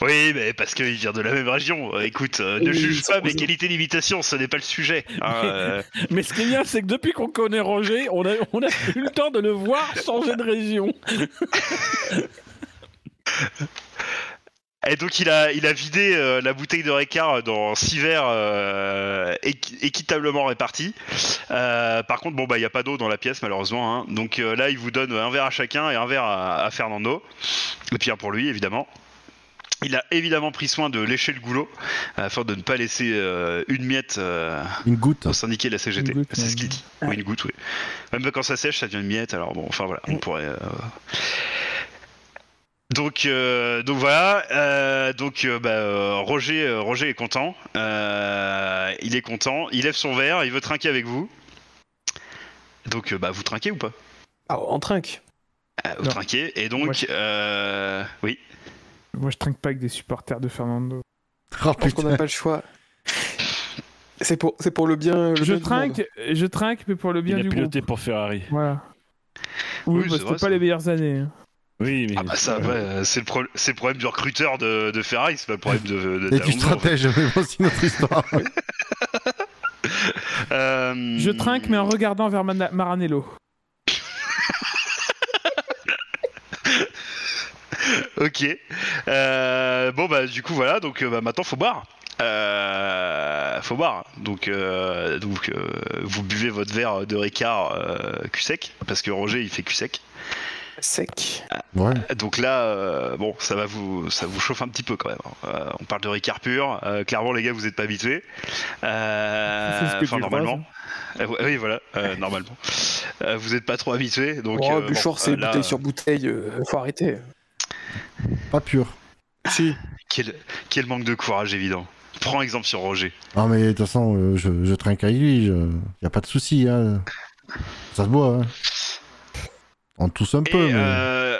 oui, mais parce qu'il vient de la même région. Euh, écoute, euh, ne Oui, juge ils pas sont- mes qualités d'imitation, ce n'est pas le sujet. hein, Mais- euh. Mais ce qui est bien, c'est que depuis qu'on connaît Roger, on a, on a eu le temps de le voir changer de région. Et donc, il a, il a vidé euh, la bouteille de Ricard dans six verres euh, équi- équitablement répartis. Euh, par contre, bon, bah, il n'y a pas d'eau dans la pièce, malheureusement. hein. Donc euh, là, il vous donne un verre à chacun et un verre à, à Fernando. Et puis un pour lui, évidemment. Il a évidemment pris soin de lécher le goulot euh, afin de ne pas laisser euh, une miette euh, Une goutte. au syndiqué de la CGT. Une goutte, C'est ce ouais. qu'il dit. Oui, une goutte, oui. Même quand ça sèche, ça devient une miette. Alors bon, enfin voilà, on Mm. pourrait. euh, Donc, euh, donc voilà, euh, donc euh, bah, euh, Roger, euh, Roger est content, Euh, il est content, il lève son verre, il veut trinquer avec vous. Donc euh, bah, vous trinquez ou pas Ah, on trinque. Euh, Vous Non. trinquez, et donc... Ouais. euh, oui. moi, je trinque pas avec des supporters de Fernando. Oh Je pense qu'on putain. n'a pas le choix. C'est pour, c'est pour le bien. Le Je bien du monde. trinque, je trinque, mais pour le bien il du a groupe. piloté pour Ferrari. Voilà. Oui, Oui, c'est bah, vrai, c'était ça. pas les meilleures années. hein. Oui, mais Ah bah ça, ouais, euh, c'est le, pro- c'est le problème du recruteur de, de Ferrari, c'est pas le problème de... de Et d'Alonso, tu en fait. stratège, mais bon, c'est notre histoire. Euh, Je trinque, mais en regardant vers Mana- Maranello. Ok. Euh, bon bah du coup voilà donc euh, bah, maintenant faut boire. Euh, faut boire. Donc euh, donc euh, vous buvez votre verre de Ricard euh, cul sec parce que Roger il fait cul sec. Sec. Ouais. Donc là euh, bon ça va vous ça vous chauffe un petit peu quand même. Euh, on parle de Ricard pur. Euh, clairement les gars vous êtes pas habitués. Euh, C'est ce que enfin tu normalement. Euh, ouais, oui voilà euh, normalement. Euh, vous êtes pas trop habitués donc. oh, euh, Buchor, bon, c'est euh, là, bouteille sur bouteille. euh, faut arrêter. Pas pur. Si. Quel quel manque de courage évident. Prends exemple sur Roger. Ah, mais de toute façon, euh, je, je trinque avec lui. Je... Y a pas de souci. Hein. Ça se boit. Hein. On tousse un Et, peu. Mais... euh,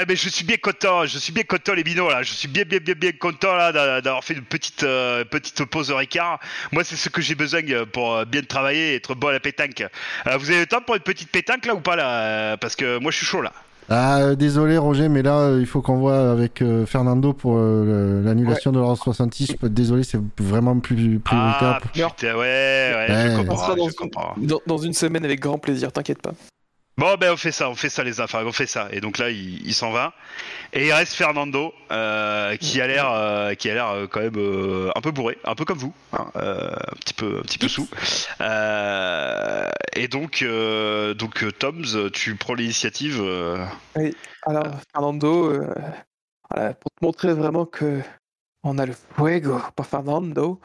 eh ben, je suis bien content, je suis bien content les minots là, je suis bien bien bien bien content là d'a- d'avoir fait une petite euh, petite pause au Ricard. Moi c'est ce que j'ai besoin euh, pour euh, bien travailler et être bon à la pétanque. Euh, vous avez le temps pour une petite pétanque là ou pas là Euh, Parce que moi je suis chaud là. Ah, euh, désolé Roger, mais là, euh, il faut qu'on voit avec euh, Fernando pour euh, le- l'annulation de l'Euro 66. Je peux- Désolé, c'est vraiment plus Ah prioritaire. putain ouais ouais, Ouais. je On sera comprends, dans, je comprends. dans- dans une semaine avec grand plaisir, t'inquiète pas. Bon ben on fait ça, on fait ça les affaires, on fait ça. Et donc là il, il s'en va et il reste Fernando euh, qui a l'air euh, qui a l'air euh, quand même euh, un peu bourré, un peu comme vous, hein, euh, un petit peu un petit peu sous. Euh, et donc euh, donc euh, Tom's, tu prends l'initiative. euh, Alors, Fernando, euh, voilà, pour te montrer vraiment que on a le fuego pour Fernando,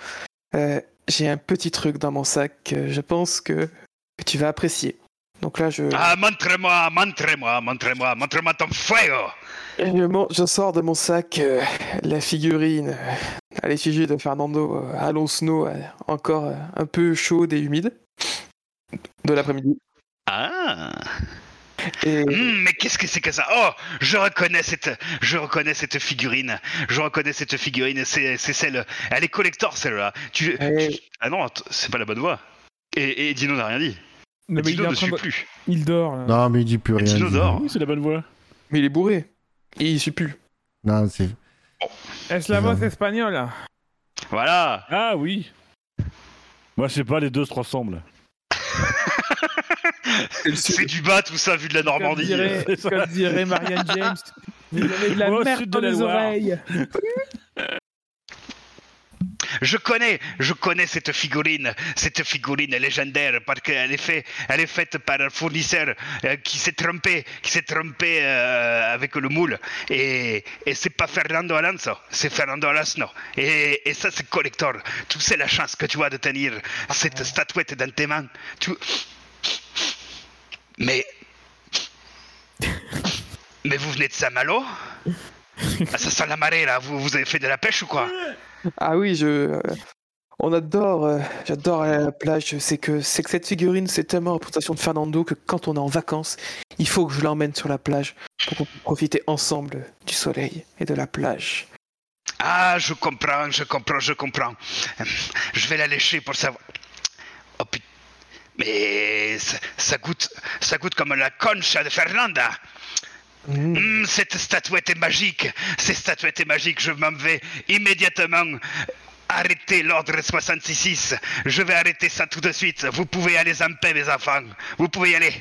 euh, j'ai un petit truc dans mon sac euh, je pense que, que tu vas apprécier. Donc là, je, Ah montre-moi, montre-moi, montre-moi, montre-moi ton fuego. je, mon- je sors de mon sac euh, la figurine euh, à l'effigie de Fernando euh, Alonso, Snow, euh, encore euh, un peu chaude et humide de l'après-midi. Ah. Et Hmm, mais qu'est-ce que c'est que ça Oh, je reconnais cette, je reconnais cette figurine. Je reconnais cette figurine. C'est, c'est celle. Elle est collector celle-là. Tu, Ouais. tu- ah non, att- c'est pas la bonne voix. Et, et Dino n'a rien dit. Non, mais il, Dino est en ne train suit de- plus. il dort. là. Non, mais il dit plus rien. Dino dis- dort. oui, c'est la bonne voix. mais il est bourré. Et il suit plus. Non, c'est. Es la voz espagnole. Voilà. Ah oui. Moi, je sais pas, les deux se ressemblent. C'est le sud. C'est du bas tout ça vu de la Comme Normandie. dirait, c'est ça. comme dirait Marianne James, vous avez de la Au merde sud de dans la les Loire. oreilles. Je connais, je connais cette figurine, cette figurine légendaire, parce qu'elle est, fait- elle est faite par un fournisseur euh, qui s'est trompé, qui s'est trompé euh, avec le moule. Et, et c'est pas Fernando Alonso, c'est Fernando Alonso. Et, et ça, c'est collector. Tu sais la chance que tu as de tenir cette statuette dans tes mains. Tu... Mais. Mais vous venez de Saint-Malo ah, Ça sent la marée là, vous, vous avez fait de la pêche ou quoi Ah oui, je. euh, On adore, euh, j'adore aller à la plage. C'est que, c'est que cette figurine, c'est tellement représentation de Fernando que quand on est en vacances, il faut que je l'emmène sur la plage pour qu'on puisse profiter ensemble du soleil et de la plage. Ah, je comprends, je comprends, je comprends. Je vais la lécher pour savoir. Oh putain. Mais ça, ça goûte, ça goûte comme la concha de Fernanda. Hmm, cette statuette est magique. Cette statuette est magique. Je m'en vais immédiatement arrêter l'ordre 66. Je vais arrêter ça tout de suite. Vous pouvez aller en paix, mes enfants. Vous pouvez y aller.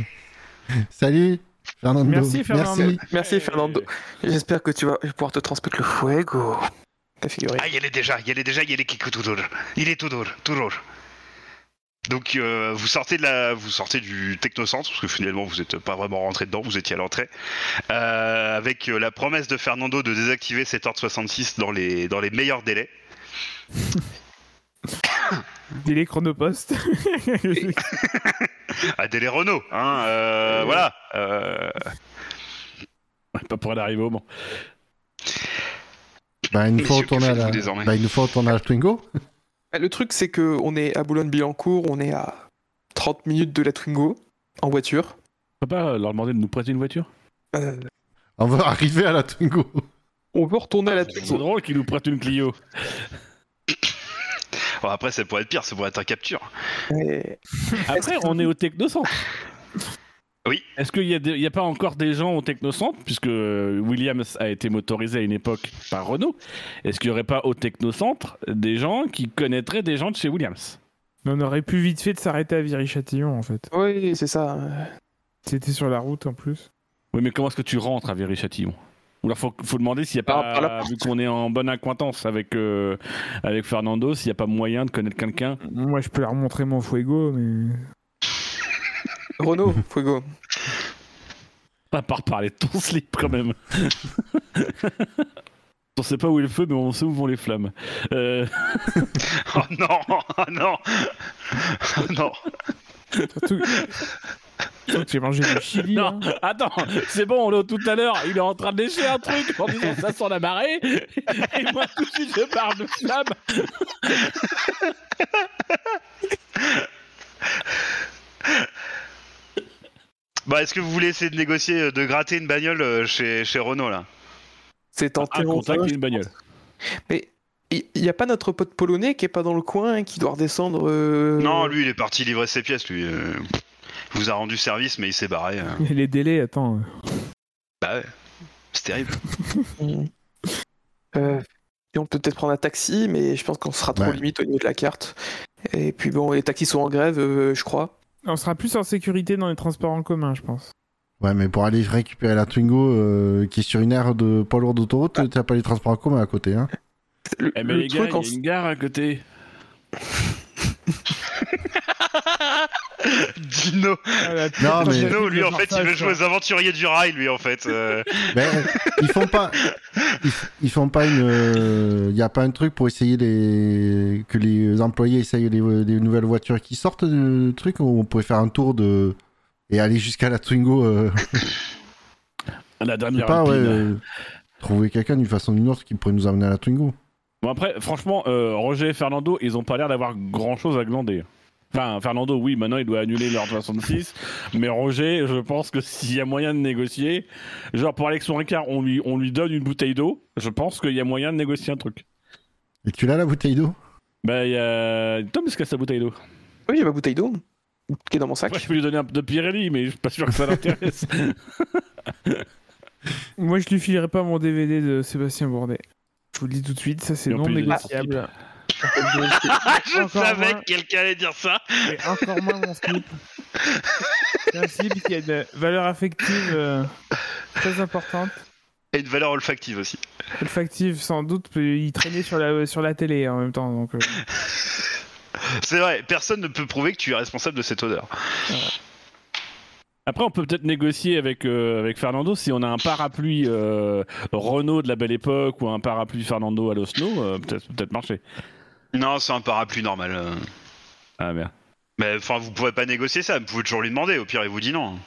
Salut, Fernando. Merci, Fernando. Merci. Merci Fernando. J'espère que tu vas pouvoir te transmettre le fuego. Ta figurine. Ah, il est déjà, il est déjà, il est qui tout dur. Il est tout dur, tout dur. Donc euh, vous sortez de la, vous sortez du technocentre parce que finalement vous n'êtes pas vraiment rentré dedans, vous étiez à l'entrée, euh, avec euh, la promesse de Fernando de désactiver cet ordre 66 dans les dans les meilleurs délais. Délai chronopost. À délai Renault, hein, euh, voilà. euh, Ouais, Pas pour en arriver au Mans. Bah, il nous Messieurs, que faut retourner à la... faites-vous désormais bah, il nous faut retourner à la Twingo. Le truc, c'est que on est à Boulogne-Billancourt, on est à 30 minutes de la Twingo en voiture. On peut pas leur demander de nous prêter une voiture Euh, On va arriver à la Twingo. on veut retourner à la Ah, Bah, C'est Twingo. drôle qu'ils nous prêtent une Clio. bon, après ça pourrait être pire, ça pourrait être un capture. Mais- Après, on est au Technocentre. Oui. Est-ce qu'il n'y a, pas encore des gens au Technocentre, puisque euh, Williams a été motorisé à une époque par Renault, est-ce qu'il n'y aurait pas au Technocentre des gens qui connaîtraient des gens de chez Williams on aurait pu vite fait de s'arrêter à Viry-Châtillon, en fait. Oui, c'est ça. euh, C'était sur la route, en plus. Oui, mais comment est-ce que tu rentres à Véry-Châtillon Ou alors, faut, faut demander s'il n'y a pas, Ah, par la porte. vu qu'on est en bonne acquaintance avec, euh, avec Fernando, s'il n'y a pas moyen de connaître quelqu'un. Moi, je peux leur montrer mon fuego, mais... Renault, fuego. À part parler de ton slip, quand même. on sait pas où est le feu, mais on sait où vont les flammes. Euh, Oh non, oh non, oh non. Surtout, surtout que j'ai mangé du chili. Non, hein. attends, c'est bon, on l'a tout à l'heure, il est en train de lécher un truc en disant ça sent la marée, et moi tout de suite je parle de flamme. Bah est-ce que vous voulez essayer de négocier, euh, de gratter une bagnole euh, chez chez Renault là C'est tenté. Ah, Un contact et une bagnole. Il n'y a pas notre pote polonais qui est pas dans le coin, hein, qui doit redescendre. euh, Non, lui, il est parti livrer ses pièces, lui. euh, vous a rendu service, mais il s'est barré. euh. Et Les délais, attends. Bah ouais, c'est terrible. Mm. Euh, et on peut peut-être prendre un taxi, mais je pense qu'on sera trop Ouais. limite au niveau de la carte. Et puis bon, les taxis sont en grève, euh, je crois. On sera plus en sécurité dans les transports en commun, je pense. Ouais, mais pour aller récupérer la Twingo euh, qui est sur une aire de pas lourd Ah. d'autoroute, t'as pas les transports en commun à côté. Hein. Le, Eh mais le les gars, il en- y a une gare à côté. Dino, Non, mais- Dino, lui, en fait, Ah, il veut jouer aux aventuriers du rail, lui, en fait. euh. Ben, ils font pas, ils, f- ils font pas une, il y a pas un truc pour essayer les, que les employés essayent les, les nouvelles voitures qui sortent du truc où on pourrait faire un tour de et aller jusqu'à la Twingo, euh, La je sais dernière pas, ouais, rapide. euh, trouver quelqu'un d'une façon ou d'une autre qui pourrait nous amener à la Twingo. Bon après, franchement, euh, Roger et Fernando, ils ont pas l'air d'avoir grand chose à glander. Enfin, Fernando, oui, maintenant il doit annuler leur 66, mais Roger, je pense que s'il y a moyen de négocier, genre pour Alex Ricard, on lui, on lui donne une bouteille d'eau, je pense qu'il y a moyen de négocier un truc. Et tu l'as la bouteille d'eau Bah, il y a Tom, est-ce qu'il a sa bouteille d'eau Oui, il y a ma bouteille d'eau qui est dans mon sac. Moi, je peux lui donner un peu de Pirelli, mais je suis pas sûr que ça l'intéresse. Moi, je lui filerai pas mon DVD de Sébastien Bourdet. Je vous le dis tout de suite, ça c'est Et en non plus, il est négociable. Ah, je Encore savais moins. que quelqu'un allait dire ça. Et encore moins mon slip. C'est un slip qui a une valeur affective euh, très importante. et une valeur olfactive aussi. Olfactive, sans doute, puis il traînait sur la, sur la télé en même temps. Donc, euh, C'est vrai, personne ne peut prouver que tu es responsable de cette odeur. Après, on peut peut-être négocier avec, euh, avec Fernando si on a un parapluie euh, Renault de la belle époque ou un parapluie Fernando à l'Osno, euh, peut-être peut marcher. Non, c'est un parapluie normal. euh. Ah merde. Mais enfin, vous pouvez pas négocier ça, vous pouvez toujours lui demander, au pire il vous dit non. hein.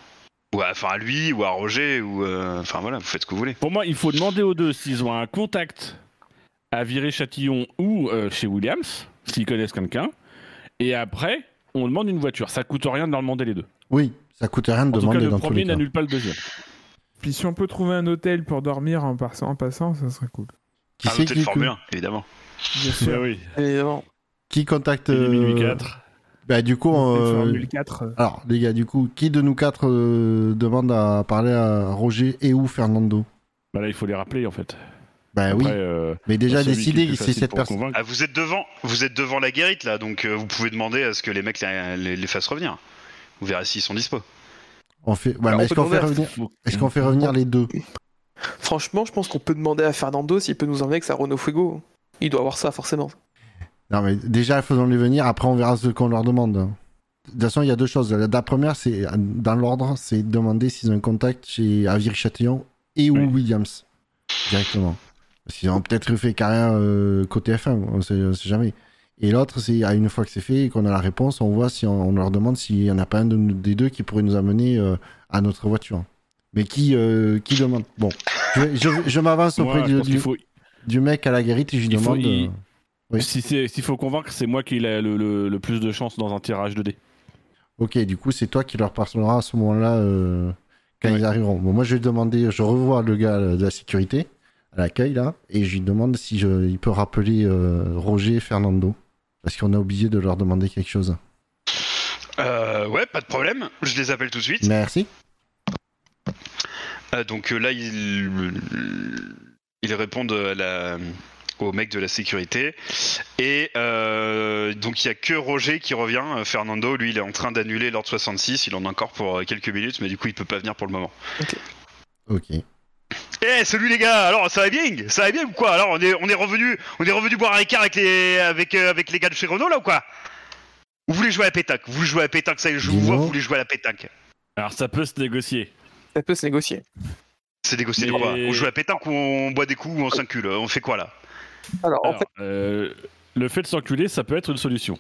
Ou à, enfin, à lui, ou à Roger, ou... euh, Enfin voilà, vous faites ce que vous voulez. Pour moi, il faut demander aux deux s'ils ont un contact à virer Châtillon ou euh, chez Williams, s'ils connaissent quelqu'un. Et après, on demande une voiture. Ça coûte rien de leur demander les deux. Oui, ça coûte rien de En tout cas, demander le dans tous premier les cas. n'annule pas le deuxième. Puis si on peut trouver un hôtel pour dormir en, passant- en passant, ça serait cool. Qui un c'est hôtel qui, Formule 1, évidemment. Bien sûr. Ah oui. Évidemment. qui contacte Il est euh, minuit 4. Bah du coup, euh, Formule 4. euh, alors les gars, du coup, qui de nous quatre euh, demande à parler à Roger et ou Fernando Bah là, il faut les rappeler en fait. Bah Après, oui, euh, mais déjà celui qui est décidé, plus c'est facile cette pour personne. convaincre. Ah, vous êtes devant, vous êtes devant la guérite là, donc euh, vous pouvez demander à ce que les mecs les, les- les fassent revenir. Vous verrez s'ils sont dispo. On fait, ouais, Alors, mais on est-ce peut qu'on fait demander à- revenir, Faut- est-ce qu'on fait revenir les deux Franchement, je pense qu'on peut demander à Fernando s'il peut nous emmener avec sa Renault Fuego. Il doit avoir ça, forcément. Non, mais déjà, faisons-les venir. Après, on verra ce qu'on leur demande. De toute façon, il y a deux choses. La, la première, c'est dans l'ordre, c'est demander s'ils ont un contact chez Avir Châtillon et ou Oui. Williams directement. Parce qu'ils ont peut-être fait carrière euh, côté F1, on sait, on sait jamais. Et l'autre, c'est à une fois que c'est fait et qu'on a la réponse, on voit si on, on leur demande s'il n'y en a pas un de nous- des deux qui pourrait nous amener euh, à notre voiture. Mais qui, euh, qui demande Bon, je, vais- je, je m'avance Moi, auprès je du, pense qu'il du, faut- du mec à la guérite et je lui Il faut- demande. il- euh, Oui. Si c'est- s'il faut convaincre, c'est moi qui ai le, le- le plus de chance dans un tirage de dés. Ok, du coup, c'est toi qui leur parleras à ce moment-là euh, quand Ouais. ils arriveront. Bon, moi, je vais demander, je revois le gars euh, de la sécurité à l'accueil là, et je lui demande si je- il peut rappeler euh, Roger et Fernando, parce qu'on a oublié de leur demander quelque chose. Euh, ouais, pas de problème, je les appelle tout de suite. Merci. Ah, donc euh, là, ils, ils répondent à la, au mec de la sécurité. Et euh, donc, il n'y a que Roger qui revient. Euh, Fernando, lui, il est en train d'annuler l'ordre 66. Il en a encore pour euh, quelques minutes, mais du coup, il peut pas venir pour le moment. Ok. Eh, salut les gars Alors, ça va bien Ça va bien ou quoi Alors, on est, on est revenu on est revenu boire un écart avec les, avec, euh, avec les gars de chez Renault, là, ou quoi Vous voulez jouer à la pétanque Vous voulez jouer à la pétanque, ça y est, je vous Dis-moi. vois, vous voulez jouer à la pétanque. Alors ça peut se négocier. Ça peut se négocier. C'est négocié de Mais- quoi On joue à la pétanque ou on boit des coups ou on s'incule On fait quoi, là Alors, en Alors, fait, euh, le fait de s'enculer, ça peut être une solution.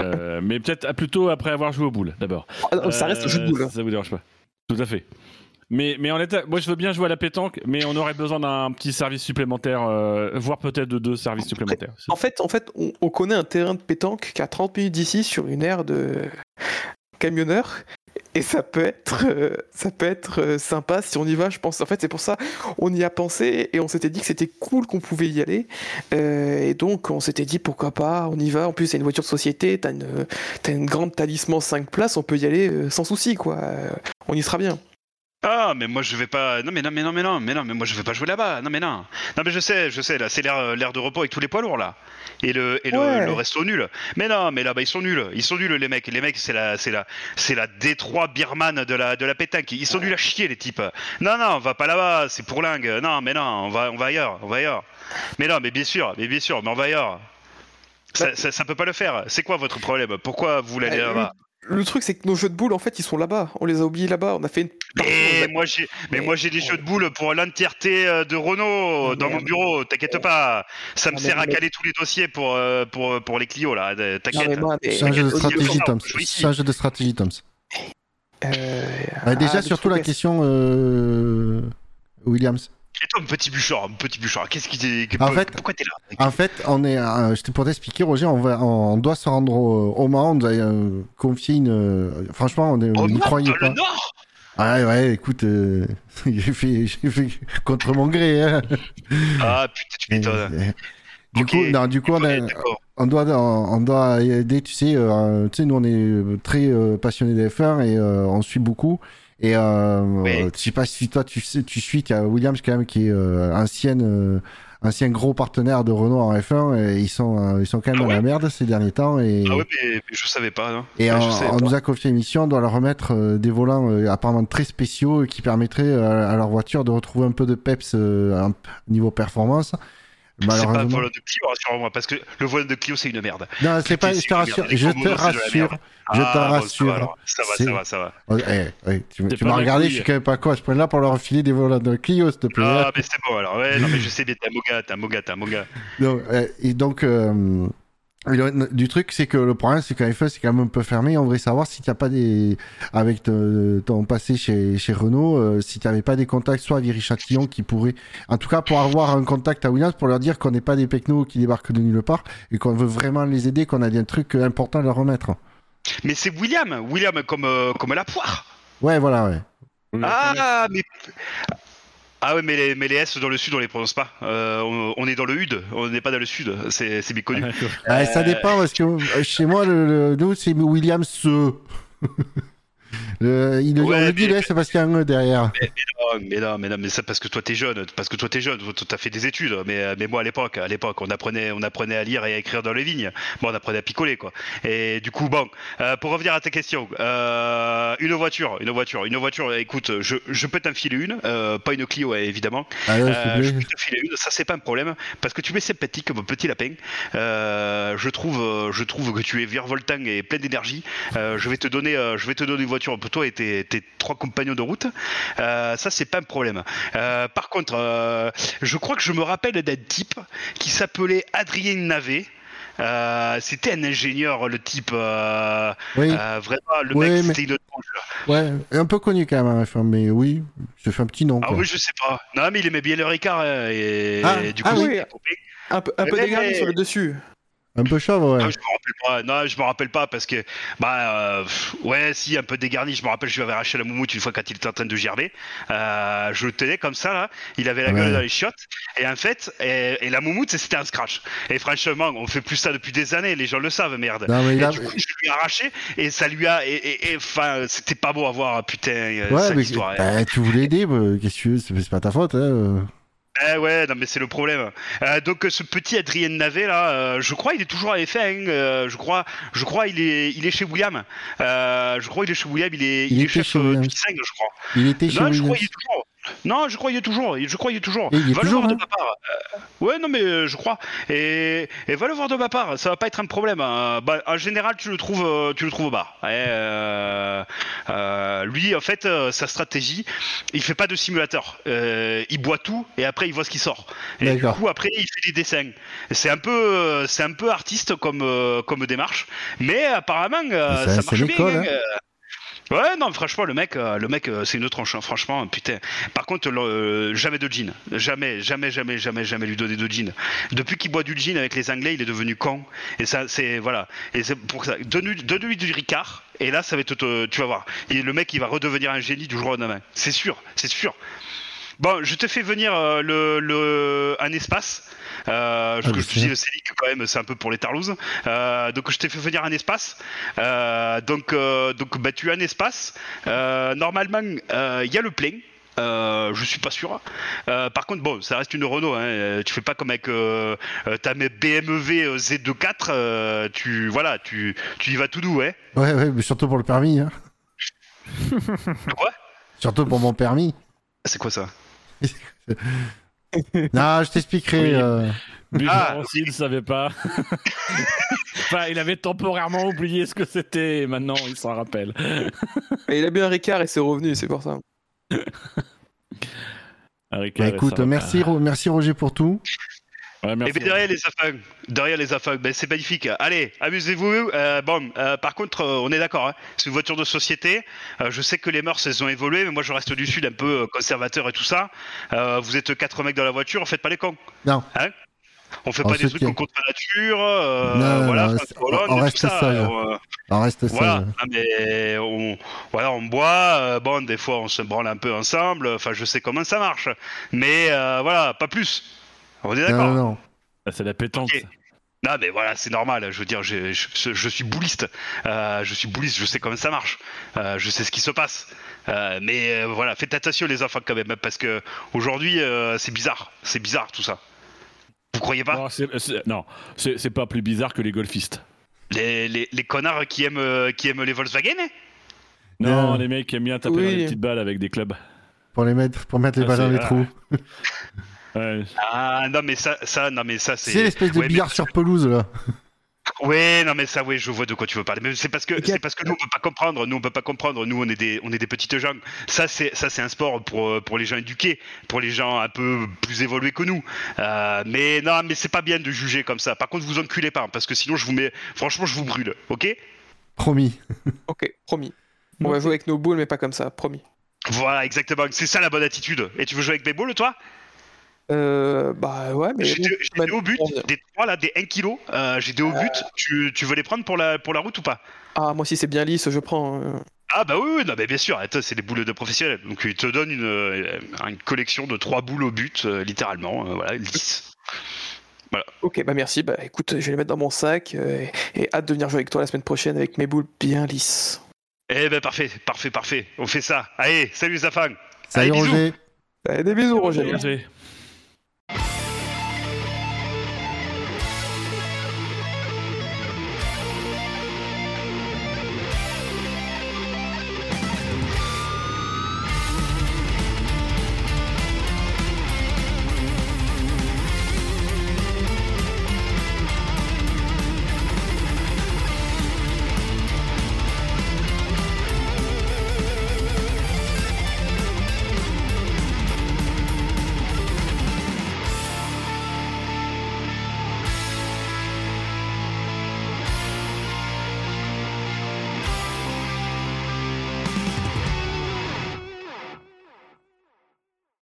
Euh, mais peut-être à- plutôt après avoir joué aux boules, d'abord. ah non, ça reste Euh, un jeu de boule. si Ça vous dérange pas. Tout à fait. Mais, mais en l'état, moi je veux bien jouer à la pétanque, mais on aurait besoin d'un petit service supplémentaire, euh, voire peut-être de deux services supplémentaires. En fait, en fait on, on connaît un terrain de pétanque qui a 30 minutes d'ici sur une aire de camionneur. Et ça peut être, euh, ça peut être euh, sympa si on y va, je pense. En fait, c'est pour ça on y a pensé et on s'était dit que c'était cool qu'on pouvait y aller. Euh, et donc, on s'était dit pourquoi pas, on y va. En plus, c'est une voiture de société, t'as une, euh, t'as une grande talisman 5 places, on peut y aller euh, sans souci, quoi. Euh, on y sera bien. Ah, mais moi je vais pas. Non, mais non, mais non, mais non, mais non, mais moi je vais pas jouer là-bas. Non, mais non. Non, mais je sais, je sais, là, c'est l'air euh, l'air de repos avec tous les poids lourds, là. Et le, et le, Ouais. le resto nul. Mais non, mais là-bas ils sont nuls. Ils sont nuls, les mecs. Les mecs, c'est la, c'est la, c'est la Détroit birmane de la, de la pétanque. Ils sont nuls à chier, les types. Non, non, on va pas là-bas, c'est pour lingue. Non, mais non, on va, on va ailleurs, on va ailleurs. Mais non, mais bien sûr, mais bien sûr, mais on va ailleurs. Ça, ça, ça peut pas le faire. C'est quoi votre problème Pourquoi vous voulez aller Bah Euh, là-bas Le truc, c'est que nos jeux de boules, en fait, ils sont là-bas. On les a oubliés là-bas. On a fait une. Mais moi j'ai, mais bah, Mais- moi j'ai des jeux de boules pour l'entièreté euh, de Renault euh, dans Mais- mon bureau. T'inquiète pas, ça me Non, sert mais- à caler tous les dossiers pour euh, pour pour les Clio là. de- Non, mais T'inquiète. moi, mais- C'est un jeu de Olivier, stratégie, on Tom. joue ici. C'est un jeu de stratégie, Tom. Euh, Ouais, ah, déjà, le surtout la truc, question euh, Williams. Et toi, mon petit bûcheur, mon petit bûcheur, qu'est-ce qui t'est, que- En fait- ah, pourquoi t'es là En fait, on est, euh, je t'ai- pour t'expliquer, Roger, on, va, on doit se rendre au, au Mans, on doit euh, confier une. euh, franchement, on est- on Au n'y nord, croyait dans pas. Oh, le Nord Ah Ouais, ouais, écoute, euh, j'ai fait, j'ai fait contre mon gré. Hein. Ah putain, tu m'étonnes. Euh, Du Ok. coup, non, du coup, on, a- Ouais, d'accord. on doit, on doit aider. Tu sais, euh, tu sais, nous, on est très euh, passionnés des F1 et euh, on suit beaucoup. Et euh, Oui. je sais pas si toi, tu sais, tu suis. Il y a Williams quand même qui est euh, ancienne euh, ancien gros partenaire de Renault en F1 et ils sont, euh, ils sont quand même Ah dans la ouais merde ces derniers temps. Et, Ah ouais, mais, mais je savais pas. hein. et Ouais, on, je savais on pas. nous a confié une mission, on doit leur remettre euh, des volants euh, apparemment très spéciaux euh, qui permettraient euh, à leur voiture de retrouver un peu de peps euh, en- niveau performance. C'est pas Malheureusement- le volant de Clio, rassure-moi, parce que le volant de Clio, c'est une merde. Non, c'est pas. C'est Je une te merde, rassure. les Je combos, te c'est de la rassure. merde. Ah, Je te bon, rassure. ça va, alors. ça va, C'est- ça va, ça va. Oh, eh, eh, tu T'es tu pas m'as ma regardé, je couille. suis quand même pas con à ce point-là pour leur filer des volants de Clio, s'il te plaît. Ah, mais c'est bon alors. Ouais, non, mais je sais bien, t'es un moga, t'es un moga, t'es un moga. Donc, euh, et donc euh, le- du truc, c'est que le problème, c'est qu'en F1, c'est quand même un peu fermé. On voudrait savoir si t'as pas des. Avec te- ton passé chez, chez Renault, euh, si t'avais pas des contacts, soit à Viry-Châtillon qui pourrait. En tout cas, pour avoir un contact à Williams, pour leur dire qu'on n'est pas des pecnos qui débarquent de nulle part et qu'on veut vraiment les aider, qu'on a des trucs euh, importants à leur remettre. Mais c'est William, William comme, euh, comme à la poire. Ouais, voilà, ouais. Ah, mais. Ah ouais, mais les, mais les S dans le sud, on les prononce pas. Euh, on, on est dans le HUD, on n'est pas dans le sud, c'est c'est bien connu. Ah, ça dépend parce que euh, chez moi, le, le- nous, c'est Williams. ce. le, il, Ouais, on le mais- dit là, c'est parce qu'il y a un E derrière. Oh, mais non, mais non, mais ça parce que toi t'es jeune, parce que toi t'es jeune, toi, t'as fait des études. Mais, euh, mais moi à l'époque, à l'époque, on apprenait, on apprenait à lire et à écrire dans les vignes. Bon, on apprenait à picoler quoi. Et du coup, bon, euh, pour revenir à ta question, euh, une voiture, une voiture, une voiture. Écoute, je, je peux t'en filer une, euh, pas une Clio ouais, évidemment. Ah, ouais, Euh, s'il je te peux plaît. te filer une, ça c'est pas un problème, parce que tu m'es sympathique comme un petit lapin. Euh, je trouve, euh, je trouve que tu es virevoltant et plein d'énergie. Euh, je vais te donner, euh, je vais te donner une voiture pour toi et tes, tes trois compagnons de route. Euh, ça c'est pas un problème. Euh, par contre, euh, je crois que je me rappelle d'un type qui s'appelait Adrien Navet. Euh, c'était un ingénieur, le type euh, Oui, euh, vraiment le Ouais, mec, mais- c'était une tronche. ouais, un peu connu quand même, hein, enfin, mais oui, je fais un petit nom. Ah quoi. oui, je sais pas. Non, mais il aimait bien leur écart hein, et, Ah, du coup. ah oui. c'est- Un peu, un peu Mais- dégradé sur le dessus. Un peu chauve, ouais. Ah, je me rappelle pas. Non, je me rappelle pas parce que bah euh, pff, ouais, si un peu dégarni. Je me rappelle, je lui avais arraché la moumoute une fois quand il était en train de gerber. Euh, je le tenais comme ça là. Il avait la Ouais. gueule dans les chiottes. Et en fait, et, et la moumoute c'était un scratch. Et franchement, on fait plus ça depuis des années. Les gens le savent, merde. Non, mais Et Bah, il a- du coup, je lui ai arraché et ça lui a. Et et- et, enfin, c'était pas beau à voir, putain, euh, Ouais, cette mais histoire. bah, tu voulais aider, bah, qu'est-ce que tu veux, c'est c'est pas ta faute. Hein. euh. Eh ouais, non mais c'est le problème. Euh, donc euh, ce petit Adrien Navet là, euh, je crois il est toujours à F1. hein, euh, je crois, je crois il est, il est chez William. Euh, je crois il est chez William. Il est, Il il est était chef chez euh, William. du 5, je crois. Il était chez non, je Williams. crois il est toujours. Non, je crois il est toujours. Je crois il est toujours. Et il est va toujours, le voir de hein. ma part. Euh, ouais, non mais euh, je crois. Et, et va le voir de ma part. Ça va pas être un problème. hein. Bah, en général, tu le trouves, euh, tu le trouves au bar. Ouais, euh, euh, lui, en fait, euh, sa stratégie, il fait pas de simulateur. Euh, il boit tout et après il voit ce qui sort. Et du D'accord. coup après il fait des dessins. C'est un peu, euh, c'est un peu artiste comme euh, comme démarche, mais apparemment euh, Ça, ça c'est marche bien. l'école, hein. hein. Euh, Ouais non franchement le mec euh, le mec euh, c'est une tranche hein, franchement putain par contre le- euh, jamais de jean jamais jamais jamais jamais jamais lui donner de jean depuis qu'il boit du jean avec les anglais il est devenu con et ça c'est voilà et c'est pour ça donne-lui donne-lui du Ricard et là ça va être te- tu vas voir et le mec il va redevenir un génie du jour au lendemain c'est sûr c'est sûr Bon, je te fais venir euh, le, le- un espace. Euh, parce Ah, que je te bien sûr. dis, le Célic, quand même, c'est un peu pour les tarlouses. Euh, donc, je t'ai fait venir un espace. Euh, donc, euh, donc bah, tu as un espace. Euh, normalement, euh, il y a le plein. Euh, je suis pas sûr. Euh, par contre, bon, ça reste une Renault. Hein. Euh, Tu fais pas comme avec euh, euh, ta BMW euh, Z24. euh, tu voilà, tu, tu y vas tout doux, hein. Ouais, ouais, mais surtout pour le permis. Hein. quoi Surtout pour mon permis. C'est quoi ça non, je t'expliquerai. Oui. euh. Mais Ah. non, s'il ne savait pas. enfin, il avait temporairement oublié ce que c'était et maintenant il s'en rappelle. Et il a bu un Ricard et c'est revenu, c'est pour ça. Avec Bah, elle, écoute, ça va merci, Ro- merci Roger pour tout. pas. Ouais, merci. Et bien Eh ben, derrière les affaires, derrière les affaires, ben c'est magnifique. Allez, amusez-vous. Euh, bon, euh, par contre, euh, on est d'accord. hein. c'est une voiture de société. Euh, je sais que les mœurs elles ont évolué, mais moi je reste du sud, un peu euh, conservateur et tout ça. Euh, vous êtes quatre mecs dans la voiture, faites pas les cons. Non. Hein on fait On pas se des trucs tient. contre la nature. euh, Non, non, voilà, non, François on- Hollande on et reste tout ça. sage. Alors, euh, On reste ça. voilà, euh. Ah, mais on, voilà, on boit, euh, bon, des fois on se branle un peu ensemble, enfin je sais comment ça marche, mais euh, voilà, pas plus. On est d'accord. Non, non, non. Ah, C'est la pétanque. Ok. ça. Non mais voilà, c'est normal, je veux dire, je, je- je suis bouliste, Euh, je suis bouliste, je sais comment ça marche, Euh, je sais ce qui se passe, Euh, mais hein, euh, voilà, faites attention les enfants quand même, parce que aujourd'hui euh, c'est bizarre, c'est bizarre tout ça. Vous croyez pas Non, c'est- c'est- Non, c'est c'est pas plus bizarre que les golfistes. les, les- les connards qui aiment, euh, qui aiment les Volkswagen Non, Non. les mecs qui aiment bien taper Oui. dans les petites balles avec des clubs. Pour les mettre, pour mettre les Ah, balles dans c'est- les trous. ah. Ouais. Ah non mais ça, ça non mais ça C'est c'est. l'espèce de ouais, mais- billard sur pelouse là. Ouais, non mais ça, ouais, je vois de quoi tu veux parler. Mais c'est parce que Ok. c'est parce que nous on peut pas comprendre. Nous on peut pas comprendre. Nous on est des on est des petites gens. Ça c'est ça c'est un sport pour euh, pour les gens éduqués, pour les gens un peu plus évolués que nous. Euh, mais non, mais c'est pas bien de juger comme ça. Par contre, vous enculez pas, parce que sinon je vous mets. Franchement, je vous brûle. Ok. Promis. Ok, promis. On va jouer avec nos boules, mais pas comme ça, promis. Voilà, exactement. C'est ça la bonne attitude. Et tu veux jouer avec des boules, toi Euh, bah ouais, mais. J'ai bon, deux, j'ai man- deux au but, on revient. des trois là, des 1 kg. Euh, j'ai deux au but. Tu, tu veux les prendre pour la pour la route ou pas Ah, moi si c'est bien lisse, je prends. euh. Ah bah oui, oui, non, mais bien sûr, attends, c'est des boules de professionnels. Donc ils te donnent une, euh, une collection de trois boules au but, euh, littéralement, euh, voilà, 10. Ok, bah merci. Bah écoute, je vais les mettre dans mon sac euh, et, et hâte de venir jouer avec toi la semaine prochaine avec mes boules bien lisses. Eh ben parfait, parfait, parfait, on fait ça. Allez, salut Zafang Salut Allez, bisous. Roger. Allez, Bah, des bisous, Roger. Roger.